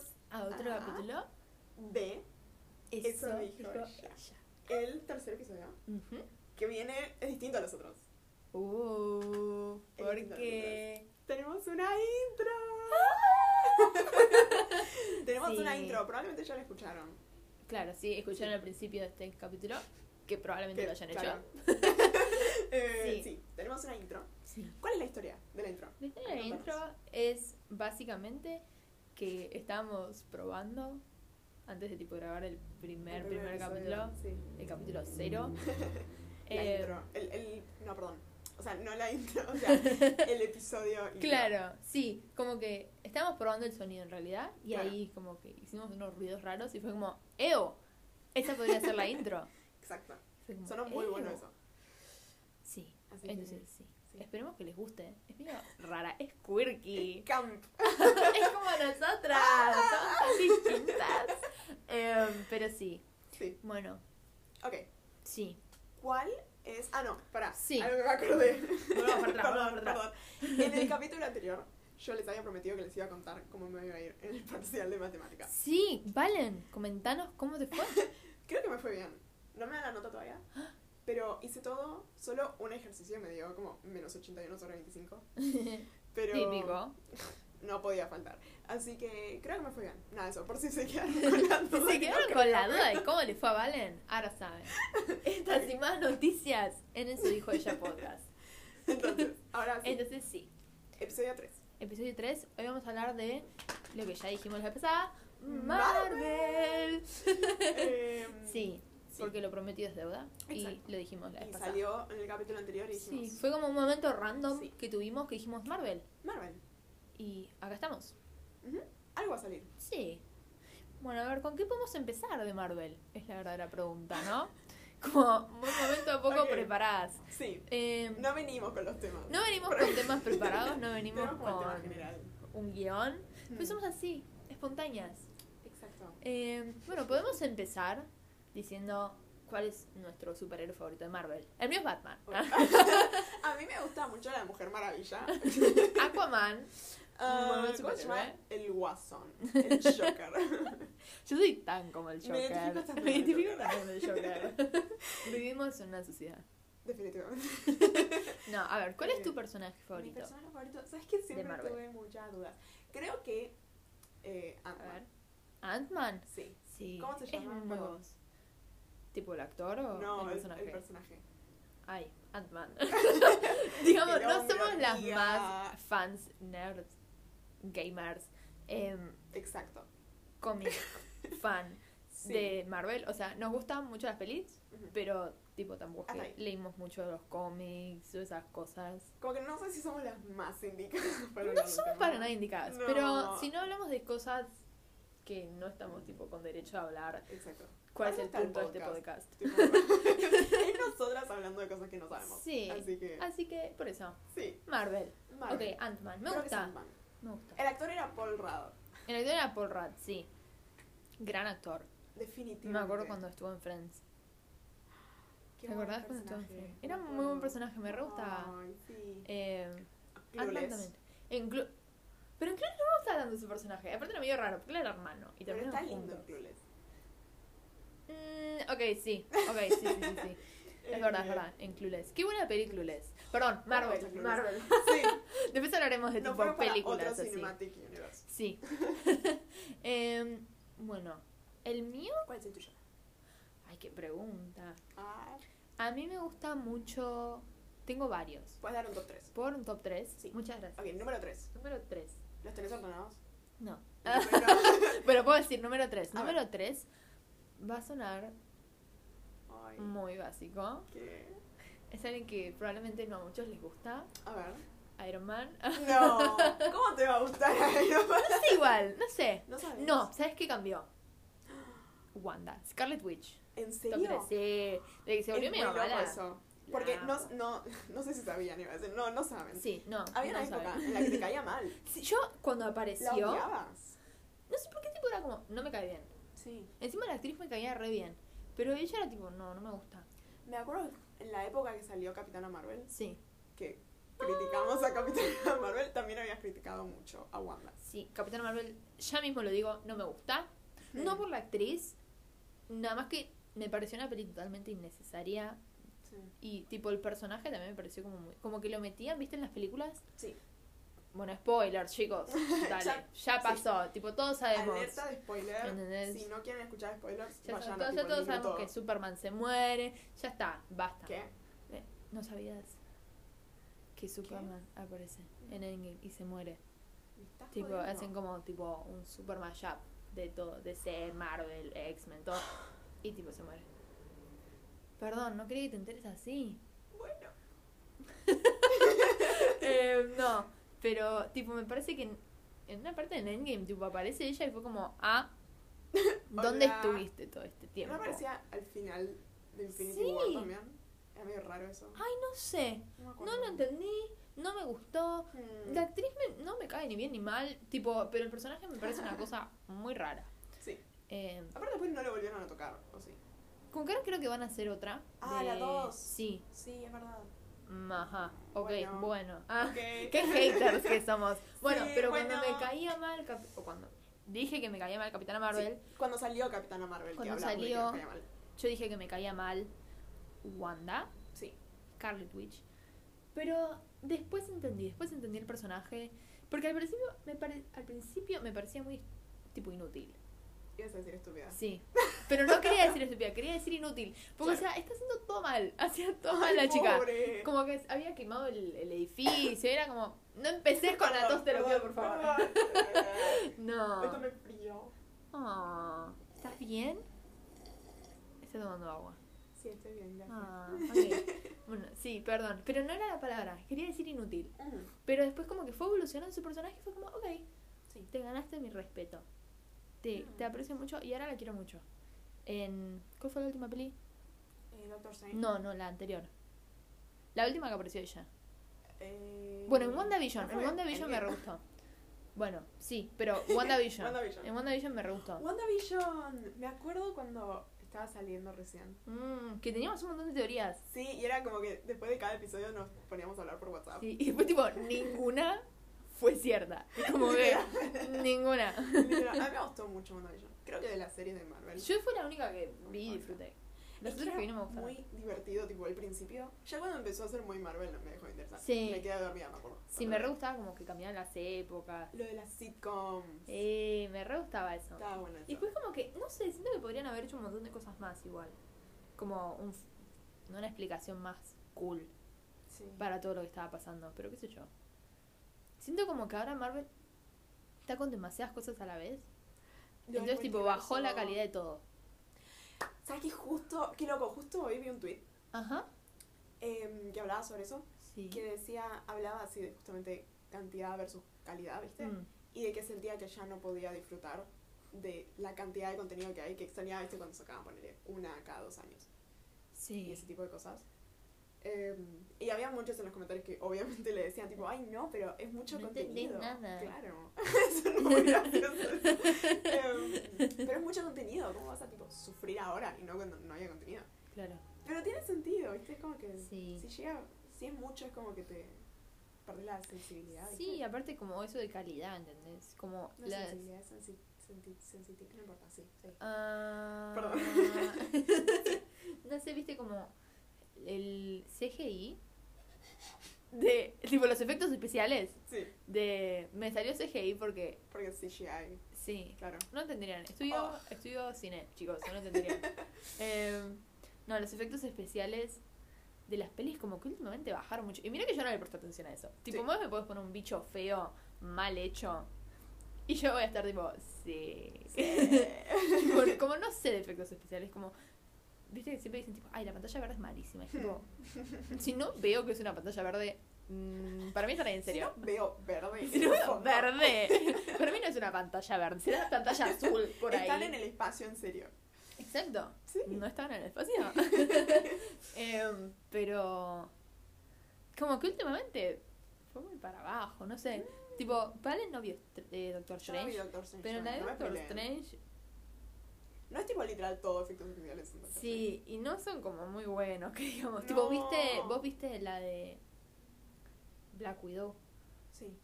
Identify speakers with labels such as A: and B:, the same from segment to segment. A: otro capítulo.
B: de
A: Ah, Eso,
B: Eso
A: dijo
B: dijo
A: ella.
B: el tercer episodio,
A: Ujú.
B: que viene, es distinto a los otros.
A: Uh,
B: Es distinto a los
A: porque.
B: Tenemos una intro. Tenemos
A: Sí.
B: una intro, probablemente ya la escucharon.
A: Claro, sí, escucharon al principio de este capítulo, que probablemente
B: Que,
A: lo hayan
B: claro.
A: hecho.
B: Eh,
A: Sí.
B: sí. tenemos una intro.
A: Sí.
B: ¿Cuál es la historia de la intro?
A: La historia de la
B: Contanos.
A: intro es básicamente que estábamos probando, antes de tipo grabar el primer,
B: El
A: primer
B: episodio,
A: capítulo,
B: Eh, Sí.
A: el capítulo cero.
B: La
A: Eh,
B: intro. El, el- no, perdón. O sea, no la intro, o sea, el episodio. intro.
A: Claro, sí, como que estábamos probando el sonido en realidad y
B: Claro.
A: ahí como que hicimos unos ruidos raros y fue como, ¡Eo! Esta podría ser la intro.
B: Exacto.
A: Fue como,
B: Sonó muy bueno
A: "Eo".
B: eso.
A: Sí,
B: Así que-
A: entonces Eh, sí.
B: sí.
A: Esperemos que les guste. Es medio rara, es quirky.
B: El camp.
A: es como nosotras, somos tan distintas. Em, pero sí,
B: Sí.
A: bueno,
B: Ok.
A: sí.
B: ¿Cuál es.? Ah, no, pará.
A: Sí.
B: Algo que me acordé.
A: Volvamos para atrás, volvamos
B: Perdón,
A: para atrás.
B: perdón. En el capítulo anterior, yo les había prometido que les iba a contar cómo me iba a ir en el parcial de matemáticas.
A: Sí, Valen, comentanos cómo te fue.
B: Creo que me fue bien. No me da la nota todavía. Pero hice todo, solo un ejercicio me dio como menos 81 sobre 25. Pero
A: Típico.
B: no podía faltar. Así que creo que me fue bien. Nada, eso, por si se quedaron con la duda.
A: Se
B: que no
A: quedaron
B: creo.
A: con la duda de cómo le fue a Valen. Ahora saben. Estas y más noticias en Eso Dijo Ella Podcast.
B: Entonces, ahora sí.
A: Entonces, sí.
B: episodio 3.
A: Episodio 3. Hoy vamos a hablar de lo que ya dijimos la vez pasada: Marvel.
B: Marvel. Em,
A: Sí,
B: sí.
A: porque lo prometido es deuda. Y
B: Exacto.
A: lo dijimos la vez
B: Y
A: pasada.
B: salió en el capítulo anterior y
A: Sí,
B: dijimos.
A: fue como un momento random
B: Sí.
A: que tuvimos que dijimos Marvel.
B: Marvel.
A: Y acá estamos.
B: Ujú, Algo va a salir.
A: Sí. Bueno, a ver, ¿con qué podemos empezar de Marvel? Es la verdadera pregunta, ¿no? Como un momento poco
B: Ok.
A: preparadas.
B: Sí.
A: Eh,
B: No venimos con los temas.
A: No venimos con temas preparados, no venimos
B: Tenemos como el tema
A: con
B: general.
A: un guión. Pues
B: Mm.
A: somos así, espontáneas.
B: Exacto.
A: Eh, bueno, podemos empezar diciendo cuál es nuestro superhéroe favorito de Marvel. El mío es Batman.
B: A mí me gusta mucho la Mujer Maravilla.
A: Aquaman.
B: Ah,
A: buen
B: ¿cómo se llama?
A: superhéroe.
B: El Guasón. El Joker.
A: Yo soy tan como el
B: Me
A: Joker.
B: identifico tanto
A: Me
B: con el
A: identifico
B: Joker.
A: tanto con el Joker. Vivimos en una sociedad.
B: Definitivamente.
A: No, a ver, ¿cuál es tu
B: Eh,
A: personaje favorito?
B: Mi personaje favorito. ¿Sabes que
A: De
B: siempre
A: Marvel.
B: tuve muchas dudas? Creo que. Eh,
A: A ver.
B: Ant-Man.
A: Ant-Man.
B: Sí.
A: Sí.
B: ¿Cómo se llama?
A: Es muy
B: Perdón.
A: vos. ¿Tipo el actor o
B: No,
A: Oh, el
B: el
A: personaje?
B: el personaje.
A: Ay, Ant-Man. Digamos,
B: Pero,
A: no
B: pero,
A: somos las
B: tía.
A: más fans, nerds, gamers, em,
B: Exacto.
A: comic fan
B: Sí.
A: de Marvel. O sea, nos gustan mucho las pelis,
B: Ujú.
A: pero tipo tampoco es
B: Hasta
A: que
B: ahí.
A: leímos mucho los cómics o esas cosas.
B: Como que no sé si somos las más indicadas para
A: No somos para nada indicadas,
B: No.
A: pero si no hablamos de cosas que no estamos tipo con derecho a hablar,
B: Exacto.
A: ¿cuál
B: Para
A: es
B: Mm. eso
A: el
B: está el
A: punto de este podcast?
B: Tipo, es nosotras hablando de cosas que no sabemos.
A: Sí.
B: Así que.
A: Así que por eso,
B: Sí.
A: Marvel.
B: Marvel.
A: Ok, Ant-Man, me
B: Creo que es
A: gusta.
B: Ant-Man.
A: Me gusta.
B: El actor era Paul Rudd.
A: En el actor era Paul Rudd, sí. Gran actor.
B: Definitivamente.
A: Me acuerdo cuando estuvo en Friends.
B: Qué
A: ¿Te
B: buen
A: acordás cuando estuvo en
B: personaje.
A: Friends? Era un muy buen personaje, me re gustaba.
B: Ay, sí.
A: Eh, Ant-Man
B: Clueless.
A: también. En Clu- pero en Clueless no me gusta tanto su personaje. Aparte era medio raro, porque él era hermano. Y
B: Pero está
A: terminaron
B: lindo en
A: juntos.
B: Clueless.
A: Mm, ok, sí. Ok, sí, sí, sí, sí. Es verdad, es
B: Eh,
A: verdad, en Clueless. Qué buena peli Clueless. Perdón,
B: Marvel,
A: Marvel.
B: Clueless.
A: Marvel.
B: Sí.
A: Después hablaremos de
B: no
A: tipo
B: fueron para otro
A: películas así.
B: Cinematic Universe.
A: Sí. Em, bueno, el mío.
B: ¿Cuál es el tuyo?
A: Ay, qué pregunta.
B: Ah,
A: A mí me gusta mucho. Tengo varios.
B: puedes dar un top 3.
A: ¿Puedo dar un top 3?
B: Sí.
A: Muchas gracias.
B: Ok, número 3.
A: Número 3.
B: ¿Los tenés ordenados?
A: No.
B: Número-
A: Pero puedo decir número 3.
B: A ver.
A: Número 3 va a sonar
B: Ay,
A: muy básico.
B: ¿qué?
A: Es alguien que probablemente no a muchos les gusta.
B: A ver.
A: Iron Man.
B: No. ¿Cómo te va a gustar Iron Man?
A: Es igual, no sé.
B: No sabes.
A: No, ¿sabes qué cambió? Wanda, Scarlet Witch.
B: ¿En
A: Top
B: serio?
A: 13, de que se
B: Es
A: volvió
B: muy
A: medio
B: loco
A: mala.
B: eso. Porque
A: La
B: no,
A: amo.
B: no, no sé si sabían, iba a decir. No, no saben.
A: Sí, no.
B: Había
A: no
B: una época
A: saben.
B: en la que te caía mal.
A: Sí, yo cuando
B: ¿La
A: apareció,
B: odiabas?
A: no sé por qué tipo era como, no me cae bien.
B: Sí.
A: Encima la actriz me caía re bien. Pero ella era tipo, no, no me gusta.
B: Me acuerdo en la época que salió Capitana Marvel,
A: Sí.
B: que criticamos a Capitana Marvel, también habías criticado mucho a Wanda.
A: Sí, Capitana Marvel, ya mismo lo digo, no me gusta.
B: Mm.
A: No por la actriz, nada más que me pareció una peli totalmente innecesaria.
B: Sí.
A: Y tipo el personaje también me pareció como muy, como que lo metían, ¿viste? En las películas.
B: Sí.
A: Bueno, spoiler, chicos. Dale, ya,
B: Ya-
A: pasó. Tipo, todos sabemos.
B: Alerta de spoiler.
A: ¿Entendés?
B: Si no quieren escuchar spoilers,
A: Ya,
B: vayan
A: todos,
B: a
A: ya
B: tipo, el
A: todos sabemos
B: minuto-
A: que Superman se muere. Ya está, basta.
B: ¿Qué?
A: ¿No sabías que Superman aparece en Endgame y se muere?
B: ¿Me estás
A: Tipo,
B: jodiendo?
A: hacen como tipo un super mashup de todo, DC, Marvel, X-Men, todo. Y tipo se muere. Perdón, no quería que te enteres así.
B: Bueno,
A: Eh, no, pero tipo me parece que en, en una parte del Endgame tipo aparece ella y fue como, ah, ¿dónde
B: Hola.
A: estuviste todo este
B: no
A: tiempo?
B: aparecía al final de Infinity
A: Sí.
B: War también. Era medio raro eso.
A: Ay, no sé,
B: me
A: no
B: acuerdo.
A: lo entendí, no me gustó.
B: Mm,
A: La actriz me- no me cae ni bien ni mal, tipo, pero el personaje me parece una cosa muy rara.
B: Sí.
A: Eh,
B: Aparte después no lo volvieron a tocar, ¿o sí?
A: con Karen creo que van a hacer otra.
B: Ah, la dos.
A: Sí,
B: Sí, es verdad.
A: mm, ajá. Ok, bueno.
B: Bueno.
A: Ah,
B: Ok.
A: Qué haters que somos. Bueno,
B: Sí,
A: pero cuando
B: bueno.
A: me caía mal, Cap- o cuando dije que me caía mal Capitana Marvel,
B: Sí, cuando salió Capitana Marvel,
A: Cuando
B: que hablamos de que
A: salió.
B: nos caía mal.
A: Yo dije que me caía mal Wanda,
B: Sí.
A: Scarlet Witch. Pero después entendí, después entendí el personaje. Porque al principio me, pare- al principio me parecía muy tipo inútil.
B: Ibas a decir estúpida.
A: Sí. Pero no quería decir estúpida, quería decir inútil. Porque, o sea,
B: Claro.
A: está haciendo todo mal. Hacía todo mal
B: Ay,
A: la chica.
B: pobre.
A: Como que había quemado el, el edificio. Era como, no empeces con la
B: Perdón,
A: tos, te lo pido, por
B: perdón,
A: favor.
B: perdón. Me
A: No.
B: tomé frío.
A: Ah, ¿Estás bien? Está tomando agua.
B: Sí, estoy bien, gracias.
A: Ah, ok. Bueno, sí, perdón. Pero no era la palabra. Quería decir inútil.
B: Mm.
A: Pero después como que fue evolucionando su personaje y fue como, ok,
B: Sí.
A: te ganaste mi respeto. Te, te
B: Mm.
A: aprecio mucho y ahora la quiero mucho. En, ¿Cuál fue la última peli?
B: Eh, Doctor Strange.
A: No, no, la anterior. La última que apareció ella.
B: Eh,
A: Bueno, en WandaVision.
B: ¿no
A: En
B: fue?
A: WandaVision me
B: qué?
A: re gustó. Bueno, sí, pero WandaVision.
B: WandaVision.
A: En WandaVision me re gustó.
B: WandaVision. Me acuerdo cuando estaba saliendo recién.
A: Mm, que teníamos un montón de teorías.
B: Sí, y era como que después de cada episodio nos poníamos a hablar por WhatsApp.
A: Sí, y fue tipo, ninguna fue cierta. Es Como que, ninguna.
B: Literal, a mí me gustó mucho WandaVision. Creo que de las series de Marvel.
A: Yo fui la única que vi y disfruté. Las
B: Es que
A: otras que
B: era
A: vi no me gustaron.
B: Muy divertido, tipo, al principio. Ya cuando empezó a ser muy Marvel no me dejó de interesar.
A: Sí.
B: Me quedé dormida, me acuerdo.
A: Sí, me re gustaba como que cambiaban las épocas.
B: Lo de las sitcoms.
A: Eh, me re gustaba eso.
B: Estaba bueno eso.
A: Y después como que, no sé, siento que podrían haber hecho un montón de cosas más igual. Como un, f- no una explicación más cool
B: Sí.
A: para todo lo que estaba pasando, pero qué sé yo. Siento como que ahora Marvel está con demasiadas cosas a la vez.
B: Lo
A: Entonces
B: del
A: tipo bajó la
B: multiverso.
A: calidad de todo.
B: ¿Sabes qué? Justo, qué loco, justo hoy vi un tweet
A: Ajá.
B: que hablaba sobre eso.
A: Sí.
B: Que decía, hablaba así de justamente cantidad versus calidad, ¿viste?
A: Mm.
B: Y de que sentía que ya no podía disfrutar de la cantidad de contenido que hay, que extrañaba, ¿viste? Cuando sacaban, ponerle una cada dos años. y ese
A: Sí.
B: tipo de cosas. Em, y había muchos en los comentarios que obviamente le decían tipo, ay no, pero es mucho
A: No entendés
B: contenido.
A: nada.
B: Claro. Son muy graciosos. Em, pero es mucho contenido, ¿cómo vas a tipo sufrir ahora y no cuando no haya contenido?
A: Claro.
B: Pero tiene sentido, ¿viste? Es como que
A: Sí.
B: si llega, si es mucho es como que te perdés la sensibilidad. ¿viste?
A: Sí, aparte como eso de calidad, ¿entendés? Como
B: No es
A: las-
B: sensibilidad, es sensi- senti- sensitiva, no importa, sí, sí.
A: Ah,
B: Perdón.
A: no sé, viste como el CGI de tipo los efectos especiales
B: Sí,
A: de me salió CGI porque
B: porque es CGI,
A: sí,
B: claro.
A: no entenderían. Estudio
B: Oh.
A: estudio cine, chicos, no entenderían. Em, no, los efectos especiales de las pelis como que últimamente bajaron mucho. Y mira que yo no le presto atención a eso. Tipo,
B: Sí.
A: vos me podés poner un bicho feo, mal hecho y yo voy a estar tipo, sí. Tipo, como no sé de efectos especiales, como. Viste que siempre dicen, tipo, ay, la pantalla verde es malísima. Es tipo, si no veo que es una pantalla verde, mm, para mí está en serio.
B: Si no veo verde.
A: Si no
B: en el
A: veo
B: fondo,
A: verde, para mí no es una pantalla verde, será una pantalla azul por ahí.
B: Están en el espacio, en serio.
A: Exacto.
B: Sí.
A: No estaban en el espacio. Em, pero. Como que últimamente fue muy para abajo, no sé. Tipo, Valen no vio Str- eh, Doctor
B: Yo no vi
A: Strange.
B: Doctor Strange.
A: Pero la de
B: no me
A: Doctor
B: peleen.
A: Strange
B: No es tipo literal todo efectos especiales en Doctor
A: Sí, y no son como muy buenos, que digamos. Tipo,
B: No.
A: viste, vos viste la de la cuidó.
B: Sí.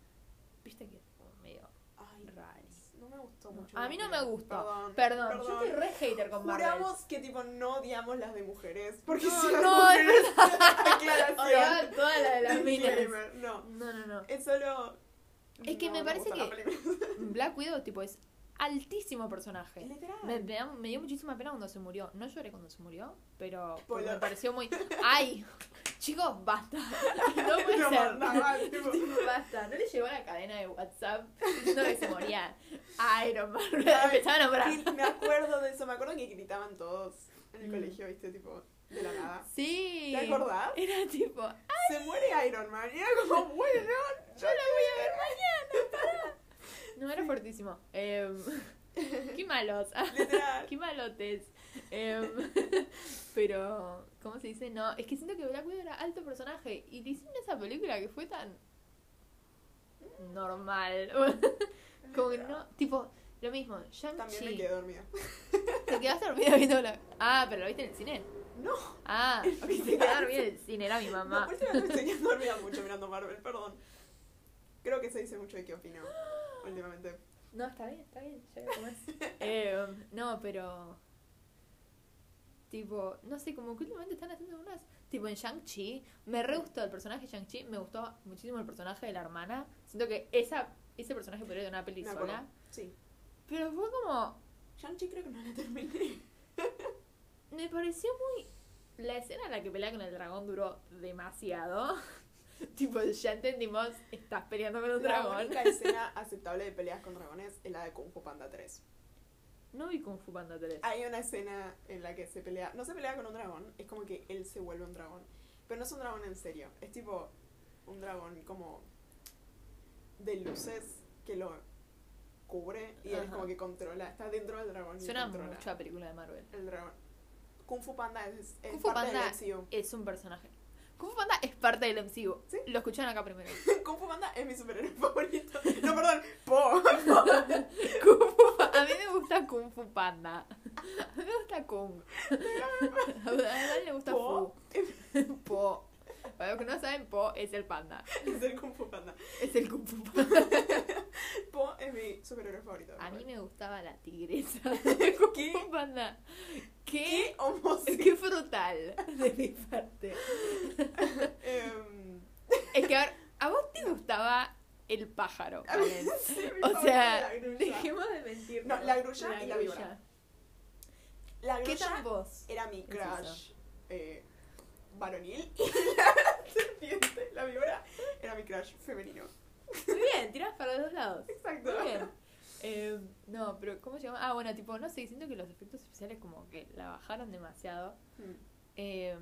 A: Viste que es como medio
B: Ay,
A: raro.
B: no me gustó mucho.
A: A mí no me gustó.
B: Perdón.
A: Perdón, yo soy re hater con Marvel.
B: Juramos que tipo no odiamos las de mujeres. Porque
A: No,
B: si las
A: no, es
B: mujeres- Aclaración.
A: Odiaba toda la de las minas.
B: Disclaimer, No.
A: No, no, no.
B: Es solo.
A: Es que
B: no
A: me parece
B: gusta la
A: que-
B: película.
A: Black Widow, tipo, es altísimo personaje.
B: Literal.
A: Me, me da- me dio muchísima pena cuando se murió. No lloré cuando se murió, pero porque me
B: Spoiler.
A: pareció muy. ¡Ay! Chicos, basta. No puede
B: No,
A: ser.
B: no, no, tipo-
A: Tipo, basta. No le llegó la cadena de WhatsApp diciendo que se moría. Iron Man.
B: Ay,
A: Empezaba a nombrar.
B: Sí, me acuerdo de eso. Me acuerdo que gritaban todos en el
A: Mm.
B: colegio, viste, tipo, de la nada.
A: Sí.
B: ¿Te acordás?
A: Era tipo, "Ah,
B: Se muere Iron Man. Y era como, bueno,
A: yo la voy a ver mañana, pará. No, era fortísimo. Em, qué malos.
B: literal.
A: Qué malotes. Em, pero, ¿cómo se dice? No, es que siento que Black Widow era alto personaje y le hicieron esa película que fue tan normal. Como que no, tipo, lo mismo,
B: También me
A: Shang-Chi.
B: quedé dormida.
A: Te quedaste dormida viendo la... Ah, pero lo viste en el cine.
B: No.
A: Ah, ok, te quedaste dormida en el cine, era mi
B: No,
A: mamá.
B: últimamente estoy dormida mucho mirando Marvel, perdón. Creo que se dice mucho de qué opino últimamente.
A: No, está bien, está bien, ya veo cómo es. Eh, no, pero. Tipo, no sé, como que últimamente están haciendo unas. Tipo, en Shang-Chi, me re gustó el personaje de Shang-Chi, me gustó muchísimo el personaje de la hermana. Siento que esa, ese personaje podría ir una peli
B: Me
A: sola.
B: acuerdo. Sí.
A: Pero fue como.
B: Shang-Chi creo que no la terminé.
A: Me pareció muy. La escena en la que pelea con el dragón duró demasiado. tipo, ya entendimos, estás peleando con un
B: La
A: dragón.
B: única escena aceptable de peleas con dragones es la de Kung Fu Panda 3.
A: No vi Kung Fu Panda 3.
B: Hay una escena en la que se pelea, no se pelea con un dragón, es como que él se vuelve un dragón. Pero no es un dragón en serio, es tipo un dragón como de luces que lo cubre y él es
A: Ajá.
B: como que controla, está dentro del dragón. y
A: Suena
B: controla
A: mucho a película de Marvel.
B: El dragón. Kung Fu Panda es, es
A: Kung Fu
B: parte
A: Panda.
B: del MCU.
A: es un personaje. Kung Fu Panda es parte del MCU.
B: ¿Sí?
A: Lo escucharon acá primero.
B: Kung Fu Panda es mi superhéroe favorito. No, perdón, Po.
A: Kung Fu Pa- A mí me gusta Kung Fu Panda. A mí me gusta Kung. A mí me gusta
B: Po.
A: Po. Po. Para los que no saben, Po es el panda.
B: Es el Kung Fu Panda.
A: Es el Kung Fu Panda.
B: Po es mi superhéroe favorito.
A: A mí me gustaba la tigresa de Kung
B: ¿Qué?
A: Fu Panda.
B: ¡Qué
A: ¿Qué?
B: homosexual!
A: Qué frutal de mi parte.
B: Em,
A: Es que a ver, ¿a vos te gustaba el pájaro?
B: a mí
A: Valen?
B: sí, mi
A: O
B: favorita
A: sea,
B: es la grulla.
A: dejemos de mentir.
B: No, la grulla y la víbora. La
A: ¿Qué
B: grulla
A: tan vos?
B: era mi
A: es
B: crush eh, varonil y la serpiente, la víbora, era mi crush femenino.
A: Muy bien, tirás para los dos lados.
B: Exacto.
A: Muy bien. Eh, no, pero ¿cómo se llama? Ah, bueno, tipo, no sé, siento que los efectos especiales como que la bajaron demasiado.
B: Mm.
A: Eh,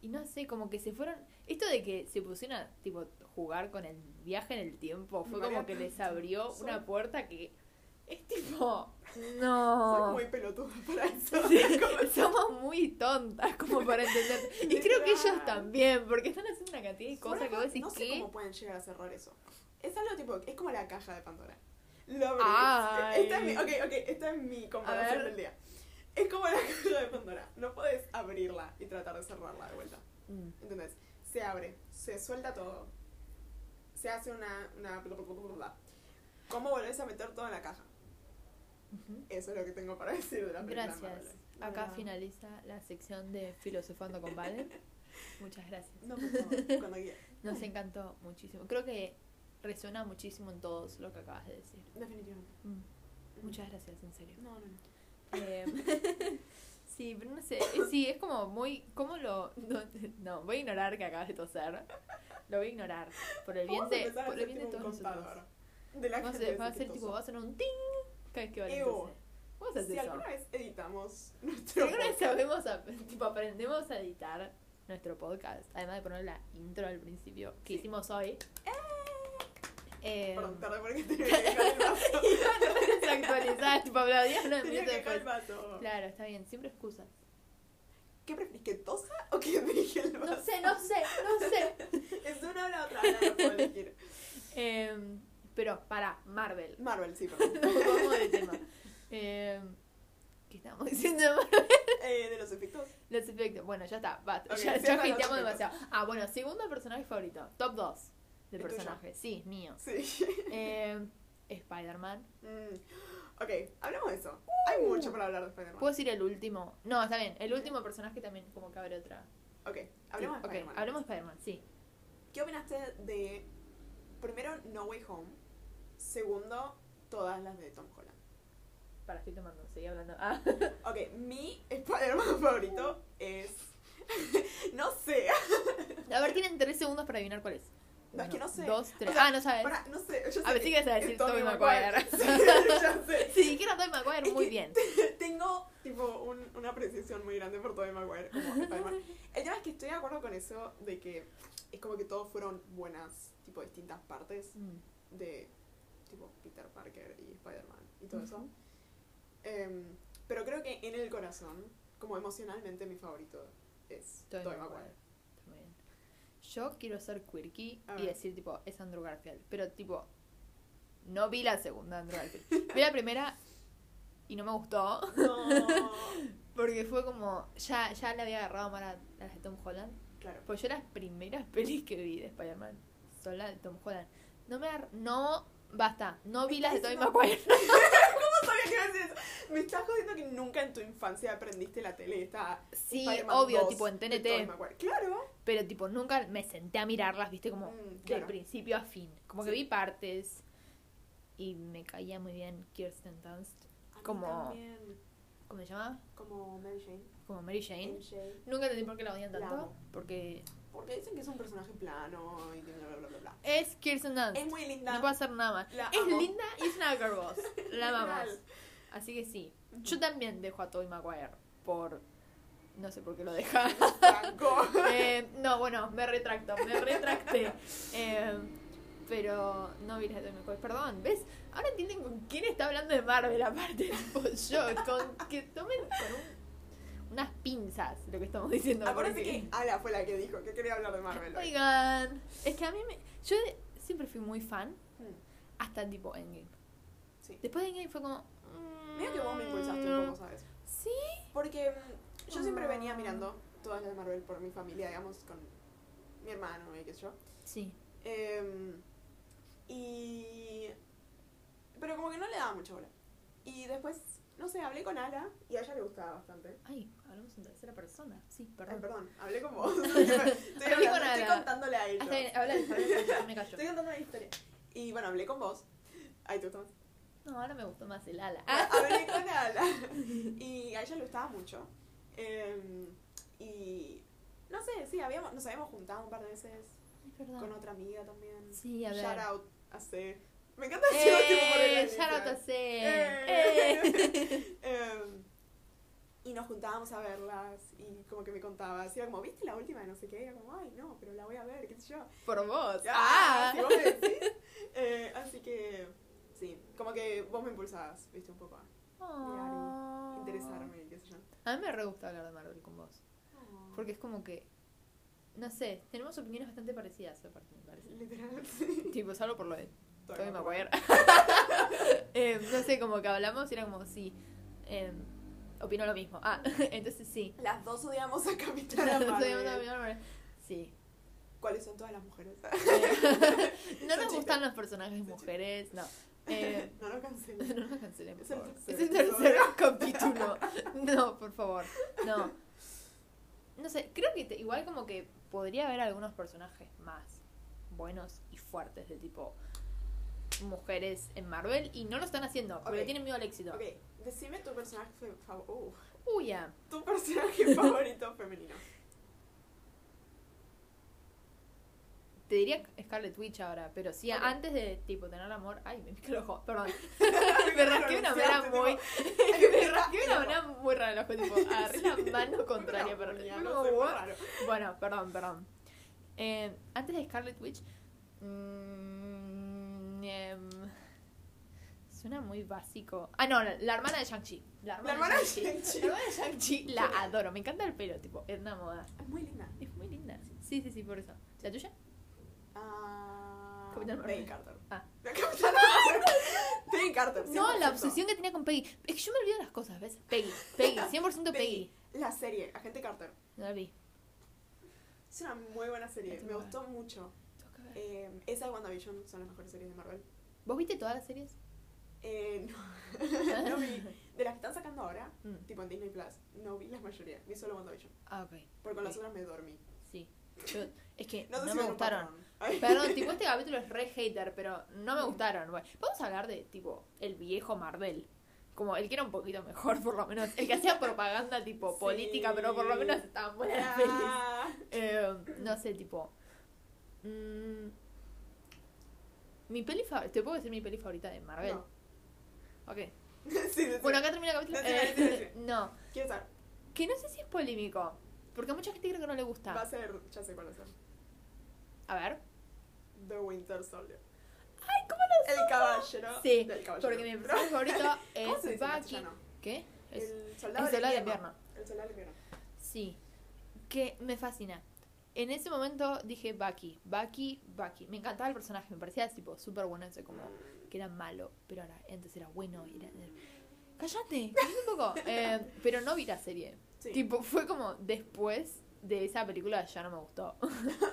A: y no sé, como que se fueron... Esto de que se pusieron a tipo, jugar con el viaje en el tiempo fue como
B: María,
A: que les abrió
B: soy-
A: una puerta que es tipo...
B: Soy
A: No.
B: muy pelotuda para eso.
A: Oh. Sí,
B: Es como-
A: Somos muy tontas como para entender. Y creo que ellos también, porque están haciendo una cantidad de cosas que vos decís
B: no sé
A: que...
B: cómo pueden llegar a cerrar eso. Es algo tipo, es como la caja de Pandora. Lo abrís.
A: Ay.
B: Esta es mi, ok, ok, esta es mi
A: A ver.
B: comparación del día. Es como la caja de Pandora. No puedes abrirla y tratar de cerrarla de vuelta.
A: Mm.
B: Entonces, se abre, se suelta todo. Se hace una, una bla, bla, bla, bla, bla. ¿Cómo volvés a meter todo en la caja?
A: Ujú.
B: Eso es lo que tengo para decir de la película de
A: Gracias.
B: Marvel.
A: Acá
B: Bueno.
A: finaliza la sección de Filosofando con Valen. Muchas gracias.
B: No, por favor, cuando quieras.
A: Nos encantó muchísimo. Creo que resuena muchísimo en todos lo que acabas de decir.
B: Definitivamente.
A: Mm. Muchas gracias, en serio.
B: No, no, no.
A: Em, sí, pero no sé. eh, Sí, es como muy. ¿Cómo lo.? No, no, voy a ignorar que acabas de toser. Lo voy a ignorar. Por el bien
B: Vamos a
A: de,
B: empezar a
A: por el
B: hacer
A: bien de
B: tipo un
A: todos
B: contador
A: nosotros.
B: De la
A: Vamos a,
B: gente
A: va a
B: que
A: ser tipo.
B: tosó.
A: Va a ser un ting cada vez que Valen
B: Ew.
A: tose. Vamos a hacer
B: Si
A: eso.
B: alguna vez editamos
A: Si
B: nuestro
A: alguna vez
B: podcast,
A: sabemos, a- tipo, aprendemos a editar nuestro podcast, además de poner la intro al principio que
B: Sí.
A: hicimos hoy. Eh,
B: Perdón, tarde porque tenía que dejar el vaso.
A: desactualizada, tipo, aplaudías unos
B: tenía que
A: minutos
B: dejar el
A: después.
B: vaso.
A: Claro, está bien, siempre excusas.
B: ¿Qué preferís, que tosa o que deje el vaso?
A: No sé, no sé, no sé.
B: Es de una o la otra, no lo puedo elegir.
A: Em, pero, para, Marvel.
B: Marvel, sí, perdón.
A: No, vamos de tema. Em, ¿Qué estamos diciendo de Marvel?
B: Eh, de los efectos.
A: Los efectos. Bueno, ya está. basta.
B: Ok,
A: ya
B: cierra
A: ya
B: los
A: hateamos
B: efectos.
A: demasiado. Ah, bueno, segundo personaje favorito. Top 2 de
B: ¿Es tuyo?
A: personajes. Sí, mío.
B: Sí.
A: Eh, Spider-Man.
B: Mm. Ok, hablamos de eso. Hay
A: Uh.
B: mucho para hablar de Spider-Man.
A: ¿Puedo decir el último? No, está bien. El último personaje también, como que habrá otra.
B: ok, hablemos
A: Sí, ok,
B: de Spider-Man.
A: hablemos de Spider-Man, sí.
B: ¿Qué opinaste de, primero, No Way Home? Segundo, todas las de Tom Holland.
A: Para, estoy tomando, seguí hablando. Ah.
B: Ok, mi Spider-Man favorito es... no sé.
A: A ver, tienen tres segundos para adivinar cuál es.
B: No, es que
A: Uno,
B: no sé.
A: Dos, tres.
B: O sea,
A: ah, no sabes.
B: Pará, no sé. Yo
A: A ver, sí Ah, que vas a
B: es
A: decir
B: Tobey
A: Tobey Maguire.
B: Sí, ya sé.
A: Si dijera Tobey Maguire,
B: Es
A: muy
B: que-
A: bien.
B: Tengo, tipo, un- una apreciación muy grande por Tobey Maguire como Spider-Man. El tema es que estoy de acuerdo con eso de que es como que todos fueron buenas, tipo, distintas partes.
A: Mm.
B: de tipo Peter Parker y Spider-Man y todo eso.
A: Ujú.
B: Em, pero creo que en el corazón, como emocionalmente, mi favorito es
A: Tobey
B: Tobey Maguire.
A: Maguire. Está muy bien. Yo quiero ser quirky
B: A
A: y
B: ver.
A: decir, tipo, es Andrew Garfield. Pero, tipo, no vi la segunda Andrew Garfield. Vi la primera y no me gustó.
B: No.
A: Porque fue como. Ya, ya le había agarrado mal a a las de Tom Holland.
B: claro.
A: Pues yo las primeras pelis que vi de Spider-Man son las de Tom Holland. No me agar- No. Basta. No vi las de Tobey Maguire.
B: No sabía que iba a decir eso. Me estás jodiendo que nunca en tu infancia aprendiste la tele. Está
A: Sí,
B: Spider-Man
A: obvio,
B: 2
A: tipo en
B: de Tobey
A: TNT.
B: Maguire. Claro.
A: Pero tipo, nunca me senté a mirarlas, viste, como
B: Mm,
A: del
B: claro.
A: principio a fin. Como que
B: Sí.
A: vi partes y me caía muy bien Kirsten Dunst.
B: A mí
A: Como-
B: también,
A: ¿Cómo se llama?
B: como Mary Jane.
A: Como Mary Jane.
B: MJ.
A: Nunca entendí por qué la odian
B: La
A: tanto.
B: amo.
A: Porque
B: Porque dicen que es un personaje plano y que bla, bla, bla, bla, bla.
A: es Kirsten Dunst.
B: Es muy linda.
A: No puedo hacer nada más.
B: La
A: es
B: amo.
A: linda y es una girl boss. La amamos.
B: Literal.
A: Así que sí.
B: Ujú.
A: Yo también dejo a Tobey Maguire por... No sé por qué lo deja.
B: Blanco.
A: Eh, no, bueno, me retracto, me retracté. Eh, pero no vi las de Maguire. Perdón, ¿ves? Ahora entienden con quién está hablando de Marvel, aparte. tipo, yo, con que tomen con un- unas pinzas lo que estamos diciendo.
B: Acuérdense
A: porque-
B: Ah, que Ala fue la que dijo que quería hablar de Marvel. hoy.
A: Oigan, es que a mí me. Yo de- siempre fui muy fan
B: Mm,
A: hasta tipo Endgame.
B: Sí.
A: Después de Endgame fue como. mm,
B: Medio que vos me impulsaste un poco, ¿sabes?
A: Sí.
B: Porque mm, yo siempre venía mirando todas las de Marvel por mi familia, digamos, con mi hermano y qué sé yo.
A: Sí.
B: Em, y. Pero como que no le daba mucha bola. Y después, no sé, hablé con Ala y a ella le gustaba bastante.
A: Ay, hablamos en tercera persona. Sí,
B: Ay,
A: perdón.
B: perdón, hablé con vos. estoy, hablando-
A: con
B: estoy
A: Ala.
B: contándole a ellos.
A: Hasta bien, habla de Spider-Man, me callo.
B: Estoy contando una historia. Y bueno, hablé con vos. Ay, tú estás.
A: No, ahora me gustó más el ala. Ah,
B: Hablé con Ala. Y a ella le gustaba mucho. Em, y no sé, sí, habíamos, nos habíamos juntado un par de veces
A: es verdad.
B: con otra amiga también.
A: Ah. Sí, a ver.
B: Shout out a C. Me encanta decir tipo por el
A: ¡Eh!
B: inicial.
A: ¡Shout out a C!
B: Eh.
A: ¡Eh!
B: Em, y nos juntábamos a verlas y como que me contabas. Y era como, ¿viste la última de no sé qué? Y era como, ay, no, pero la voy a ver, qué sé yo.
A: Por vos. ¡Ah!
B: Ah, si vos me decís. Eh, así que, sí, como que vos me impulsabas, viste, un poco a
A: Ah.
B: interesarme y qué sé yo.
A: A mí me re gusta hablar de Marvel con vos. Porque es como que. No sé, tenemos opiniones bastante parecidas, aparte, me parece.
B: Literal, sí.
A: Tipo, salvo por lo de Tobey
B: Tobey
A: Maguire. Em, no sé, como que hablamos y era como, sí, em, opino lo mismo. Ah, entonces sí.
B: Las dos odiamos a Capitana
A: Soy
B: Marvel.
A: una opinión, Marvel. sí.
B: ¿Cuáles son todas las mujeres?
A: no
B: un
A: nos
B: chiste.
A: gustan los personajes
B: un chiste.
A: mujeres, no. Eh,
B: no lo cancelé.
A: no nos cancelen, por
B: Es el
A: favor. Es
B: tercer
A: el tercer capítulo. No, por favor. No. No sé, creo que te- igual como que podría haber algunos personajes más buenos y fuertes de tipo mujeres en Marvel y no lo están haciendo porque
B: Ok.
A: tienen miedo al éxito.
B: Ok, decime tu personaje, fe- fav- uh,
A: Uy, ya.
B: tu personaje favorito femenino.
A: Te diría Scarlet Witch ahora, pero sí,
B: Ok.
A: antes de tipo tener amor. Ay, me piqué el ojo, perdón.
B: me
A: me rasqué de una manera muy. me rasqué de una manera muy rara el ojo, tipo, agarré la mano contraria para
B: No sé, fue raro.
A: Bueno, perdón, perdón. Eh, antes de Scarlet Witch. mm, em, suena muy básico. Ah, no, la, la hermana de Shang-Chi. La
B: La
A: hermana
B: hermana
A: de
B: de
A: Shang-Chi.
B: Shang-Chi.
A: La hermana de Shang-Chi la adoro. Me encanta el pelo, tipo, es una moda.
B: Es muy linda.
A: Es muy linda. Sí, sí, sí, por eso. ¿La tuya?
B: Ah,
A: Capitán Marvel.
B: Peggy Ah, Carter.
A: Ah.
B: La Capitana Marvel. Peggy Carter.
A: No,
B: 100%.
A: la obsesión que tenía con Peggy. Es que yo me olvido las cosas, ¿ves? Peggy, Peggy, 100% Peggy.
B: Peggy. La serie, Agente Carter.
A: No la vi.
B: Es una muy buena serie.
A: Es
B: Me
A: muy
B: gustó mucho.
A: Tengo que ver.
B: Eh, esa y WandaVision son las mejores series de Marvel.
A: ¿Vos viste todas las series?
B: Eh, no. no vi. De las que están sacando ahora,
A: Mm.
B: tipo en Disney Plus, no vi la mayoría. Vi solo WandaVision.
A: Ah, ok.
B: Porque con las
A: Sí.
B: otras me dormí.
A: Sí. Yo- es que
B: No
A: no,
B: sé si
A: me
B: era un
A: gustaron.
B: patrón. Ay.
A: Perdón, tipo, este capítulo es re hater, pero no me gustaron. Bueno, vamos a hablar de, tipo, el viejo Marvel. Como el que era un poquito mejor, por lo menos. El que hacía propaganda, tipo,
B: Sí.
A: política, pero por lo menos estaban buenas las pelis.
B: Ah.
A: Eh, no sé, tipo. mm, mi peli favorita. ¿Te puedo decir mi peli favorita de Marvel?
B: No.
A: Ok.
B: Sí, sí, sí.
A: Bueno, acá termina el capítulo.
B: Decime,
A: Eh,
B: decime, decime.
A: no.
B: ¿Quieres saber?
A: Que no sé si es polémico. Porque a mucha gente creo que no le
B: Va a
A: gusta.
B: ser, ya sé cuál va a ser.
A: A ver.
B: The Winter Soldier.
A: Ay, ¿cómo lo
B: El
A: supo?
B: caballero.
A: Sí,
B: del caballero.
A: Porque mi personaje favorito
B: ¿Cómo se
A: es
B: dice en
A: Bucky.
B: castellano?
A: ¿Qué? Es-
B: El soldado
A: el
B: del
A: soldado del
B: invierno.
A: invierno.
B: El soldado del invierno.
A: Sí. Que me fascina. En ese momento dije Bucky, Bucky, Bucky. Me encantaba el personaje, me parecía tipo súper bueno, ese como que era malo, pero ahora antes era bueno. y Era... Cállate, cállate un poco. Eh, pero no vi la serie.
B: Sí.
A: Tipo, fue como después de esa película ya no me gustó.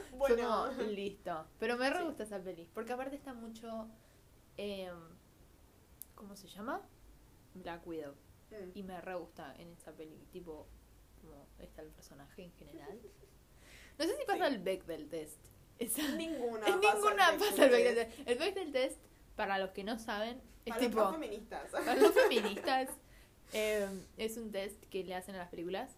A: Fue
B: bueno,
A: como, listo. Pero me re
B: Sí.
A: gusta esa peli. Porque aparte está mucho. eh, ¿Cómo se llama? Black Widow.
B: Mm.
A: Y me re gusta en esa peli. Tipo, como está el personaje en general. No sé si pasa
B: Sí.
A: el Bechdel test. Esa-
B: ninguna
A: en ninguna pasa el Bechdel
B: test.
A: test. El Bechdel test, para los que no saben, es
B: Para
A: tipo.
B: los no feministas.
A: Para los feministas, eh, es un test que le hacen a las películas.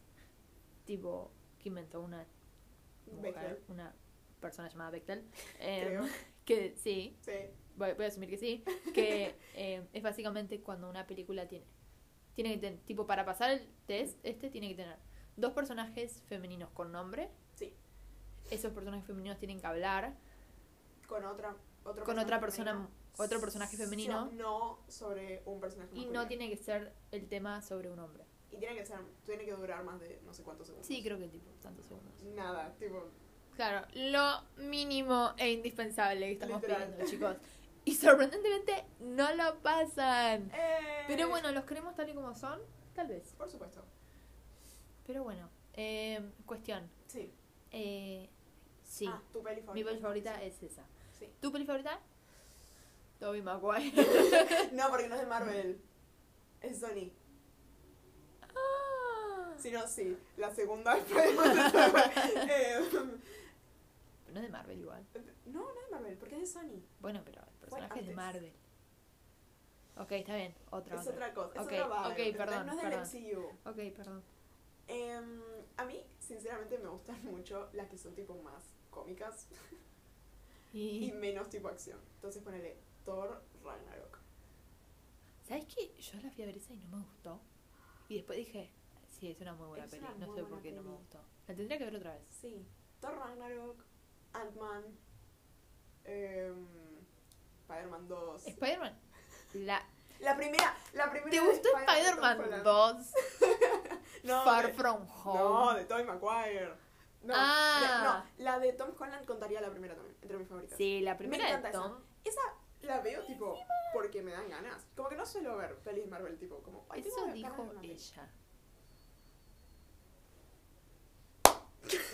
A: Tipo, que inventó una mujer,
B: Bechdel,
A: una persona llamada Bechtel.
B: creo.
A: Em. que sí,
B: Sí.
A: voy, voy a asumir que sí. Que eh, es básicamente cuando una película tiene. Tiene que tener. Tipo, para pasar el test, este tiene que tener dos personajes femeninos con nombre.
B: Sí.
A: Esos personajes femeninos tienen que hablar
B: Con otra, otro
A: con
B: personaje
A: otra persona,
B: femenino.
A: otro personaje
B: So-
A: femenino.
B: no sobre un personaje
A: Y
B: masculino.
A: no tiene que ser el tema sobre un hombre.
B: Y tiene que ser, tiene que durar más de no sé cuántos segundos.
A: Sí, creo que tipo tantos segundos.
B: Nada, tipo,
A: Claro, lo mínimo e indispensable que estamos
B: Literal.
A: pidiendo, chicos. Y sorprendentemente no lo pasan.
B: eh,
A: Pero bueno, los queremos tal y como son, tal vez.
B: Por supuesto.
A: Pero bueno, eh, cuestión.
B: Sí.
A: Eh, sí,
B: Ah, tu peli favorita.
A: mi peli favorita es esa.
B: Sí.
A: ¿Tu peli favorita? Toby Maguire.
B: No, porque no es de Marvel. Es Sony.
A: Ah.
B: Si no, sí. La segunda Spider-Man. Eh,
A: No es de Marvel igual.
B: No, no es de Marvel, porque es de Sony.
A: Bueno, pero el personaje es de
B: antes.
A: Marvel. Ok, está bien. Otra,
B: Es
A: otra.
B: otra cosa, es
A: Ok,
B: otra vibe,
A: ok,
B: ¿entendés?
A: perdón,
B: No es
A: perdón.
B: del MCU.
A: Ok, perdón.
B: Em, a mí, sinceramente, me gustan mucho las que son tipo más cómicas y
A: Y,
B: menos tipo acción. Entonces ponele Thor Ragnarok.
A: ¿Sabes qué? Yo la fui a ver esa y no me gustó. Y después dije, sí, es una muy buena
B: Es
A: peli.
B: una
A: No
B: muy
A: sé por
B: buena
A: qué no me
B: peli.
A: gustó. La tendría que ver otra vez.
B: Sí. Thor Ragnarok, Ant-Man, em, Spider-Man 2.
A: Spider-Man. La...
B: La primera, la primera.
A: ¿Te
B: de
A: gustó Spider-Man
B: Holland.
A: 2?
B: No,
A: Far
B: de-
A: From
B: No,
A: Home.
B: de Tobey Maguire. No,
A: Ah.
B: de- no, la de Tom Holland contaría la primera también, entre mis favoritas.
A: sí, la
B: Me
A: primera de
B: encanta esa.
A: Tom.
B: Esa la veo tipo porque me dan ganas. Como que no suelo ver pelis de Marvel tipo como. "Ay, tengo
A: Eso
B: ganas de
A: dijo
B: una peli".
A: ella.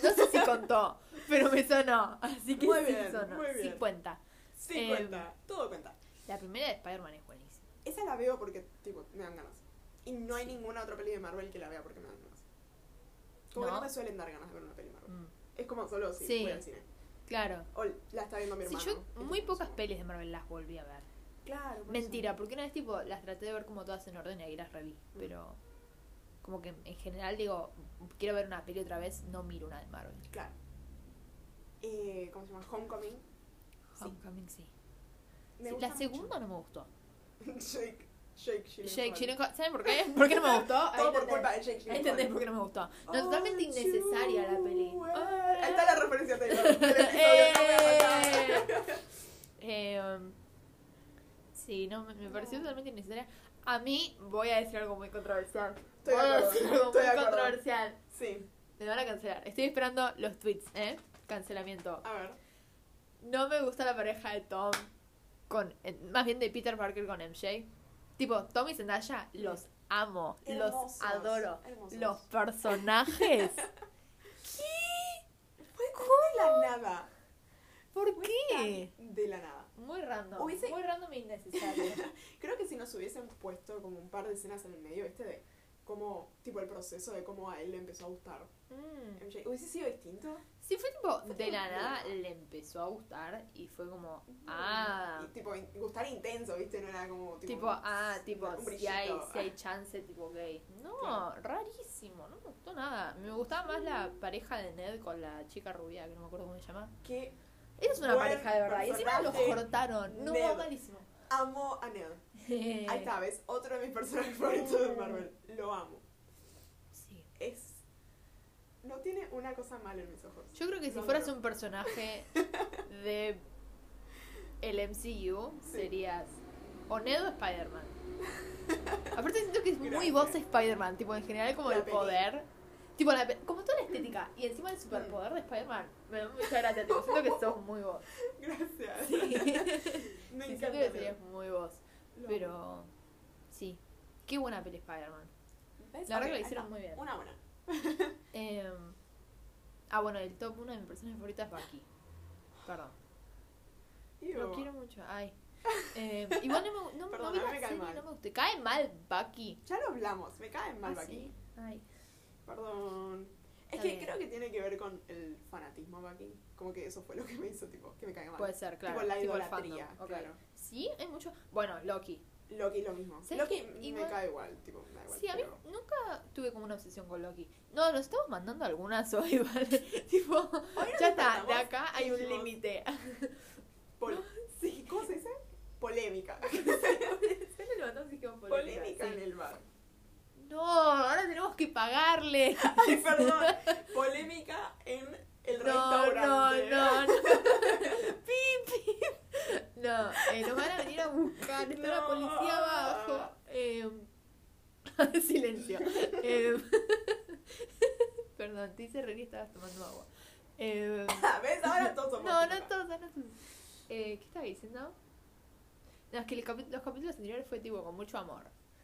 A: No sé si contó, pero me sonó. Así que
B: Muy
A: sí
B: bien,
A: sonó.
B: muy
A: Sí
B: bien.
A: cuenta.
B: Sí
A: Eh,
B: cuenta, todo cuenta.
A: La primera de Spider-Man es buenísima.
B: Esa la veo porque tipo me dan ganas. Y no hay ninguna otra peli de Marvel que la vea porque me dan ganas. Como que
A: No.
B: no me suelen dar ganas de ver una peli de Marvel.
A: Mm,
B: Es como solo si
A: Sí.
B: voy al cine.
A: Claro.
B: O la está viendo mi
A: Sí,
B: hermano.
A: yo
B: Y
A: muy
B: tipo,
A: pocas
B: no.
A: pelis de Marvel las volví a ver.
B: Claro. por eso.
A: Mentira, porque una vez tipo las traté de ver como todas en orden y ahí las reví.
B: Mm.
A: Pero como que en general digo, quiero ver una peli otra vez, no miro una de Marvel.
B: Claro. Eh, ¿Cómo se llama? Homecoming. Sí.
A: Homecoming sí.
B: Me
A: Sí,
B: gusta
A: la
B: mucho.
A: segunda no me gustó.
B: Jake. Jake Gyllenhaal.
A: Jake Gyllenhaal, ¿saben por qué? ¿Por qué no me gustó? Ahí
B: Todo por
A: entendés.
B: culpa de Jake
A: Ahí
B: Gyllenhaal.
A: entendés por qué no me gustó. No,
B: Oh,
A: totalmente innecesaria la peli.
B: you are- Ahí está la referencia Taylor, del episodio, no me acordaba.
A: Eh, um, sí, no, me, me pareció totalmente innecesaria. A mí voy a decir algo muy controversial.
B: Estoy de
A: voy a
B: acuerdo,
A: decir algo
B: estoy
A: muy
B: de acuerdo.
A: controversial.
B: Sí,
A: Me van a cancelar. Estoy esperando los tweets, ¿eh? Cancelamiento.
B: a ver.
A: No me gusta la pareja de Tom con eh, más bien de Peter Parker con MJ. Tipo, Tom y Zendaya los amo, los
B: Hermosos,
A: adoro.
B: hermosos.
A: Los personajes.
B: De la nada.
A: ¿Por qué?
B: De la nada.
A: Muy random.
B: Hubiese-
A: Muy random e innecesario.
B: Creo que si nos hubiesen puesto como un par de escenas en el medio, este de cómo, tipo el proceso de cómo a él le empezó a gustar.
A: Mm.
B: MJ, ¿Hubiese sido distinto?
A: Sí, fue tipo,
B: Fue
A: de
B: tipo,
A: la
B: "Mira".
A: nada le empezó a gustar y fue como, ah,
B: Y tipo, in- gustar intenso, ¿viste? No era como tipo.
A: tipo, ah, tipo,
B: un
A: si hay,
B: brillito,
A: si hay
B: ah.
A: chance, tipo gay. No,
B: Claro. Mm.
A: rarísimo, no me gustó nada. Me gustaba más la pareja de Ned con la chica rubia, que no me acuerdo cómo se llama.
B: Que
A: Esa es una
B: Buen
A: pareja de verdad. Y encima los
B: personaje,
A: cortaron. No,
B: Ned.
A: malísimo.
B: amo a Ned.
A: Eh.
B: Ahí está, ¿ves? Otro de mis personajes favoritos
A: Uh.
B: de Marvel. Lo amo.
A: Sí.
B: Es. No tiene una cosa mala en mis ojos.
A: Yo creo que si
B: No,
A: fueras
B: no.
A: un personaje de el MCU,
B: Sí.
A: serías o Ned o Spider-Man. Aparte siento que es muy
B: Gracias.
A: voz Spider-man, tipo en general como
B: La
A: el
B: peli.
A: poder. Tipo la pe- como toda la estética y encima el superpoder de Spider-Man. Me da mucha gracia, tipo, siento que sos muy vos.
B: Gracias.
A: Sí.
B: Me
A: Sí,
B: encanta.
A: siento que
B: Ned.
A: serías muy vos.
B: Lo amo.
A: Pero sí. Qué buena peli Spider-Man.
B: ¿Ves?
A: la verdad
B: Ok,
A: que lo
B: ahí
A: hicieron
B: está.
A: muy bien.
B: Una buena.
A: Em, ah, bueno, el top uno de mis personas favoritas es Bucky. Perdón. Lo
B: Ew.
A: quiero mucho, ay. Eh, igual no me, no,
B: Perdona,
A: no vi la
B: a mí me cae
A: serie,
B: mal.
A: no me gusta. Cae mal Bucky.
B: Ya lo hablamos, me cae mal
A: Ah,
B: Bucky.
A: sí. Ay.
B: Perdón. Es
A: Está
B: que
A: bien.
B: creo que tiene que ver con el fanatismo Bucky. Como que eso fue lo que me hizo, tipo, que me caiga mal.
A: Puede ser, Pues, claro.
B: tipo la
A: el
B: idolatría,
A: fandom, ok.
B: claro.
A: Sí, hay mucho. Bueno, Loki.
B: Loki lo mismo.
A: ¿Sabes
B: Loki
A: qué?
B: me
A: Igual-
B: cae igual, tipo, me da igual.
A: Sí, a mí
B: pero-
A: nunca tuve como una obsesión con Loki. No, nos estamos mandando algunas hoy, ¿vale? tipo,
B: Hoy nos
A: ya está,
B: despertamos
A: de acá
B: y
A: hay un
B: dijimos,
A: límite.
B: pol- ¿Cómo se dice? Polémica.
A: Ya le levantamos y dijimos polémica,
B: Polémica
A: sí.
B: en el bar.
A: No, ahora tenemos que pagarle.
B: Ay, perdón. Polémica en el
A: No, no,
B: restaurante.
A: no, no. Pip, pip. No, eh, nos van a venir a buscar. Está la
B: No.
A: policía abajo. Eh, silencio. Eh, perdón, te hice reír y estabas tomando agua. Eh,
B: ¿Ves? Ahora todos somos.
A: no, no
B: culpa.
A: todos, no todos. Eh, ¿Qué estaba diciendo? No, es que el capi- los capítulos anteriores fue tipo con mucho amor.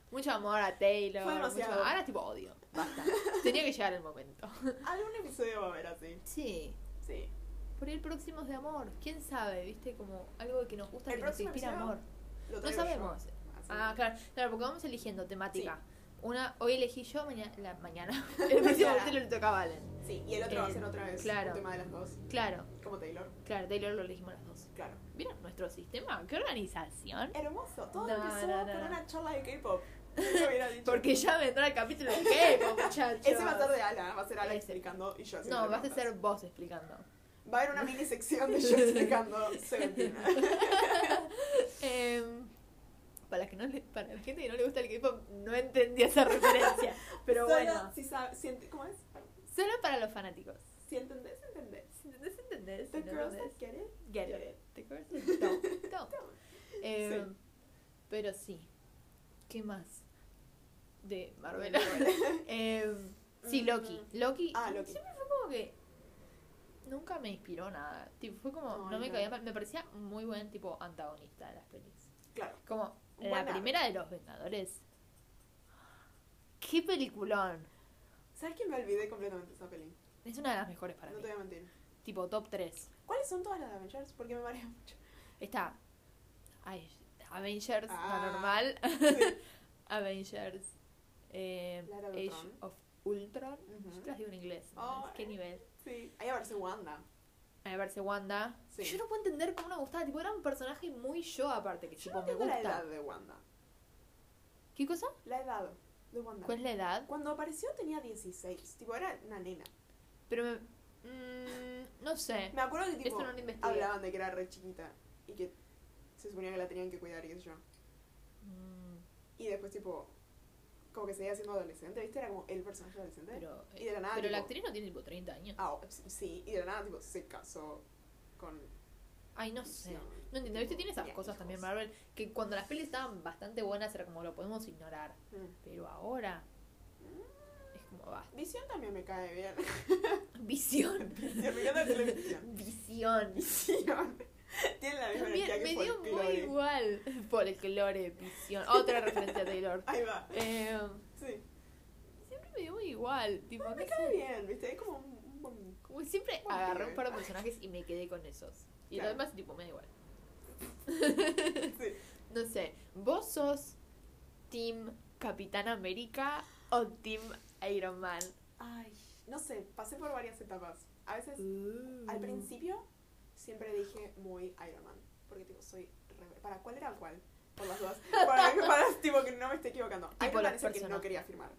A: Mucho amor a Taylor.
B: Fue demasiado.
A: mucho- ahora tipo odio. Basta. Tenía que llegar el momento.
B: Algún episodio va a haber así.
A: Sí.
B: Sí.
A: Por ahí el próximo es de amor. ¿Quién sabe? ¿Viste? Como algo que nos gusta,
B: El
A: que nos
B: próximo
A: inspira
B: episodio,
A: amor.
B: Lo
A: No
B: traigo yo.
A: sabemos.
B: Así.
A: Ah, claro. Claro, porque vamos eligiendo temática. Una, hoy elegí yo, mañana, la mañana. El próximo
B: Mañana.
A: capítulo le toca a Valen.
B: Sí, y el otro va a ser
A: Eh,
B: otra vez
A: claro.
B: un tema de las dos.
A: Claro,
B: Como Taylor,
A: claro, Taylor lo elegimos las dos.
B: claro.
A: ¿Vieron nuestro sistema? ¿Qué organización?
B: Hermoso, todo
A: No,
B: empezó
A: no, no,
B: por
A: no.
B: una charla de K-pop. Yo hubiera dicho.
A: Porque ya vendrá el capítulo de K-pop, muchachos.
B: Ese va a ser de Ala, va a ser Ala
A: Ese.
B: explicando y yo haciendo
A: No, vas a
B: preguntas.
A: ser vos explicando.
B: Va a haber una mini sección de yo explicando Seventeen.
A: Em, para, las que no le- para la gente que no le gusta el K-pop, no entendí esa referencia. Pero
B: Solo
A: bueno,
B: Si sab- si ent- ¿Cómo es?
A: solo para los fanáticos.
B: Si entendés, entendés.
A: ¿Entendés? ¿Entendés?
B: The girls
A: ¿Entendés?
B: that get it,
A: Get
B: get
A: it.
B: it.
A: The girls that don't, don't. Eh,
B: Sí.
A: Pero sí. ¿Qué más? De Marvel.
B: Marvel.
A: Eh, sí,
B: Mm.
A: Loki. Loki.
B: Ah, Loki.
A: Siempre fue como que. Nunca me inspiró nada. Tipo, fue como.
B: No,
A: No, me
B: no.
A: caía mal. Me parecía muy buen tipo antagonista de las pelis.
B: Claro.
A: Como la
B: Buena.
A: primera de los Vengadores. ¡Qué peliculón!
B: ¿Sabes que me olvidé completamente esa peli?
A: Es una de las mejores para
B: no
A: mí.
B: te voy a mentir.
A: Tipo, top 3.
B: ¿Cuáles son todas las de Avengers? Porque me marea mucho.
A: Está ay, Avengers,
B: Ah,
A: la normal.
B: sí.
A: Avengers, eh,
B: La era de
A: Age
B: Ultron.
A: of Ultron.
B: Ujú.
A: Yo te las digo en inglés. ¿no?
B: Oh,
A: Es ¿Qué nivel?
B: Sí. Ahí aparece Wanda.
A: A verse Wanda.
B: Sí.
A: Yo no puedo entender cómo no gustaba. Tipo, era un personaje muy yo aparte. Que
B: Yo
A: tipo,
B: no
A: me
B: tengo la edad
A: gusta.
B: de Wanda.
A: ¿Qué cosa?
B: La edad de Wanda.
A: ¿Cuál es la edad?
B: Cuando apareció tenía 16, tipo era una nena.
A: Pero me... mm, no sé.
B: Me acuerdo que tipo
A: Eso no lo investigué.
B: hablaban de que era re chiquita y que se suponía que la tenían que cuidar y eso yo.
A: Mm,
B: Y después tipo como que seguía siendo adolescente, ¿viste? Era como el personaje adolescente.
A: pero eh,
B: Y de la nada,
A: pero la
B: tipo-
A: actriz no tiene tipo 30 años.
B: Ah, o- sí, y de la nada tipo se casó con
A: Ay, no sé.
B: no,
A: No entiendo. ¿Viste? Tiene esas
B: tenía
A: cosas
B: hijos.
A: también Marvel. Que cuando las pelis estaban bastante buenas era como lo podemos ignorar.
B: Mm.
A: Pero ahora es como basta.
B: Visión también me cae bien.
A: Visión.
B: Visión, me encanta la televisión.
A: Visión.
B: Visión. Tiene la misma energía
A: También
B: que
A: me dio
B: Paul
A: muy
B: Glory.
A: igual. Nacional, folclore, visión. Otra referencia a Taylor.
B: Ahí va.
A: Eh,
B: Sí.
A: siempre me dio muy igual. Tipo, no
B: Me cae
A: sé.
B: bien, ¿viste? Es como un, un buen-
A: Como que siempre
B: Buen
A: agarré
B: pibe.
A: un par de personajes y me quedé con esos. Y
B: Claro.
A: lo demás, tipo, me da igual.
B: Sí.
A: No sé, ¿vos sos Team Capitán América o Team Iron Man?
B: Ay, no sé, pasé por varias etapas. A veces,
A: Mm.
B: al principio, siempre dije muy Iron Man. Porque, tipo, soy. re- ¿Para cuál era el cuál? Por las dos. Para, para, tipo, que no me esté equivocando.
A: Tipo
B: Iron
A: la
B: Man es el que
A: persona.
B: no quería firmar.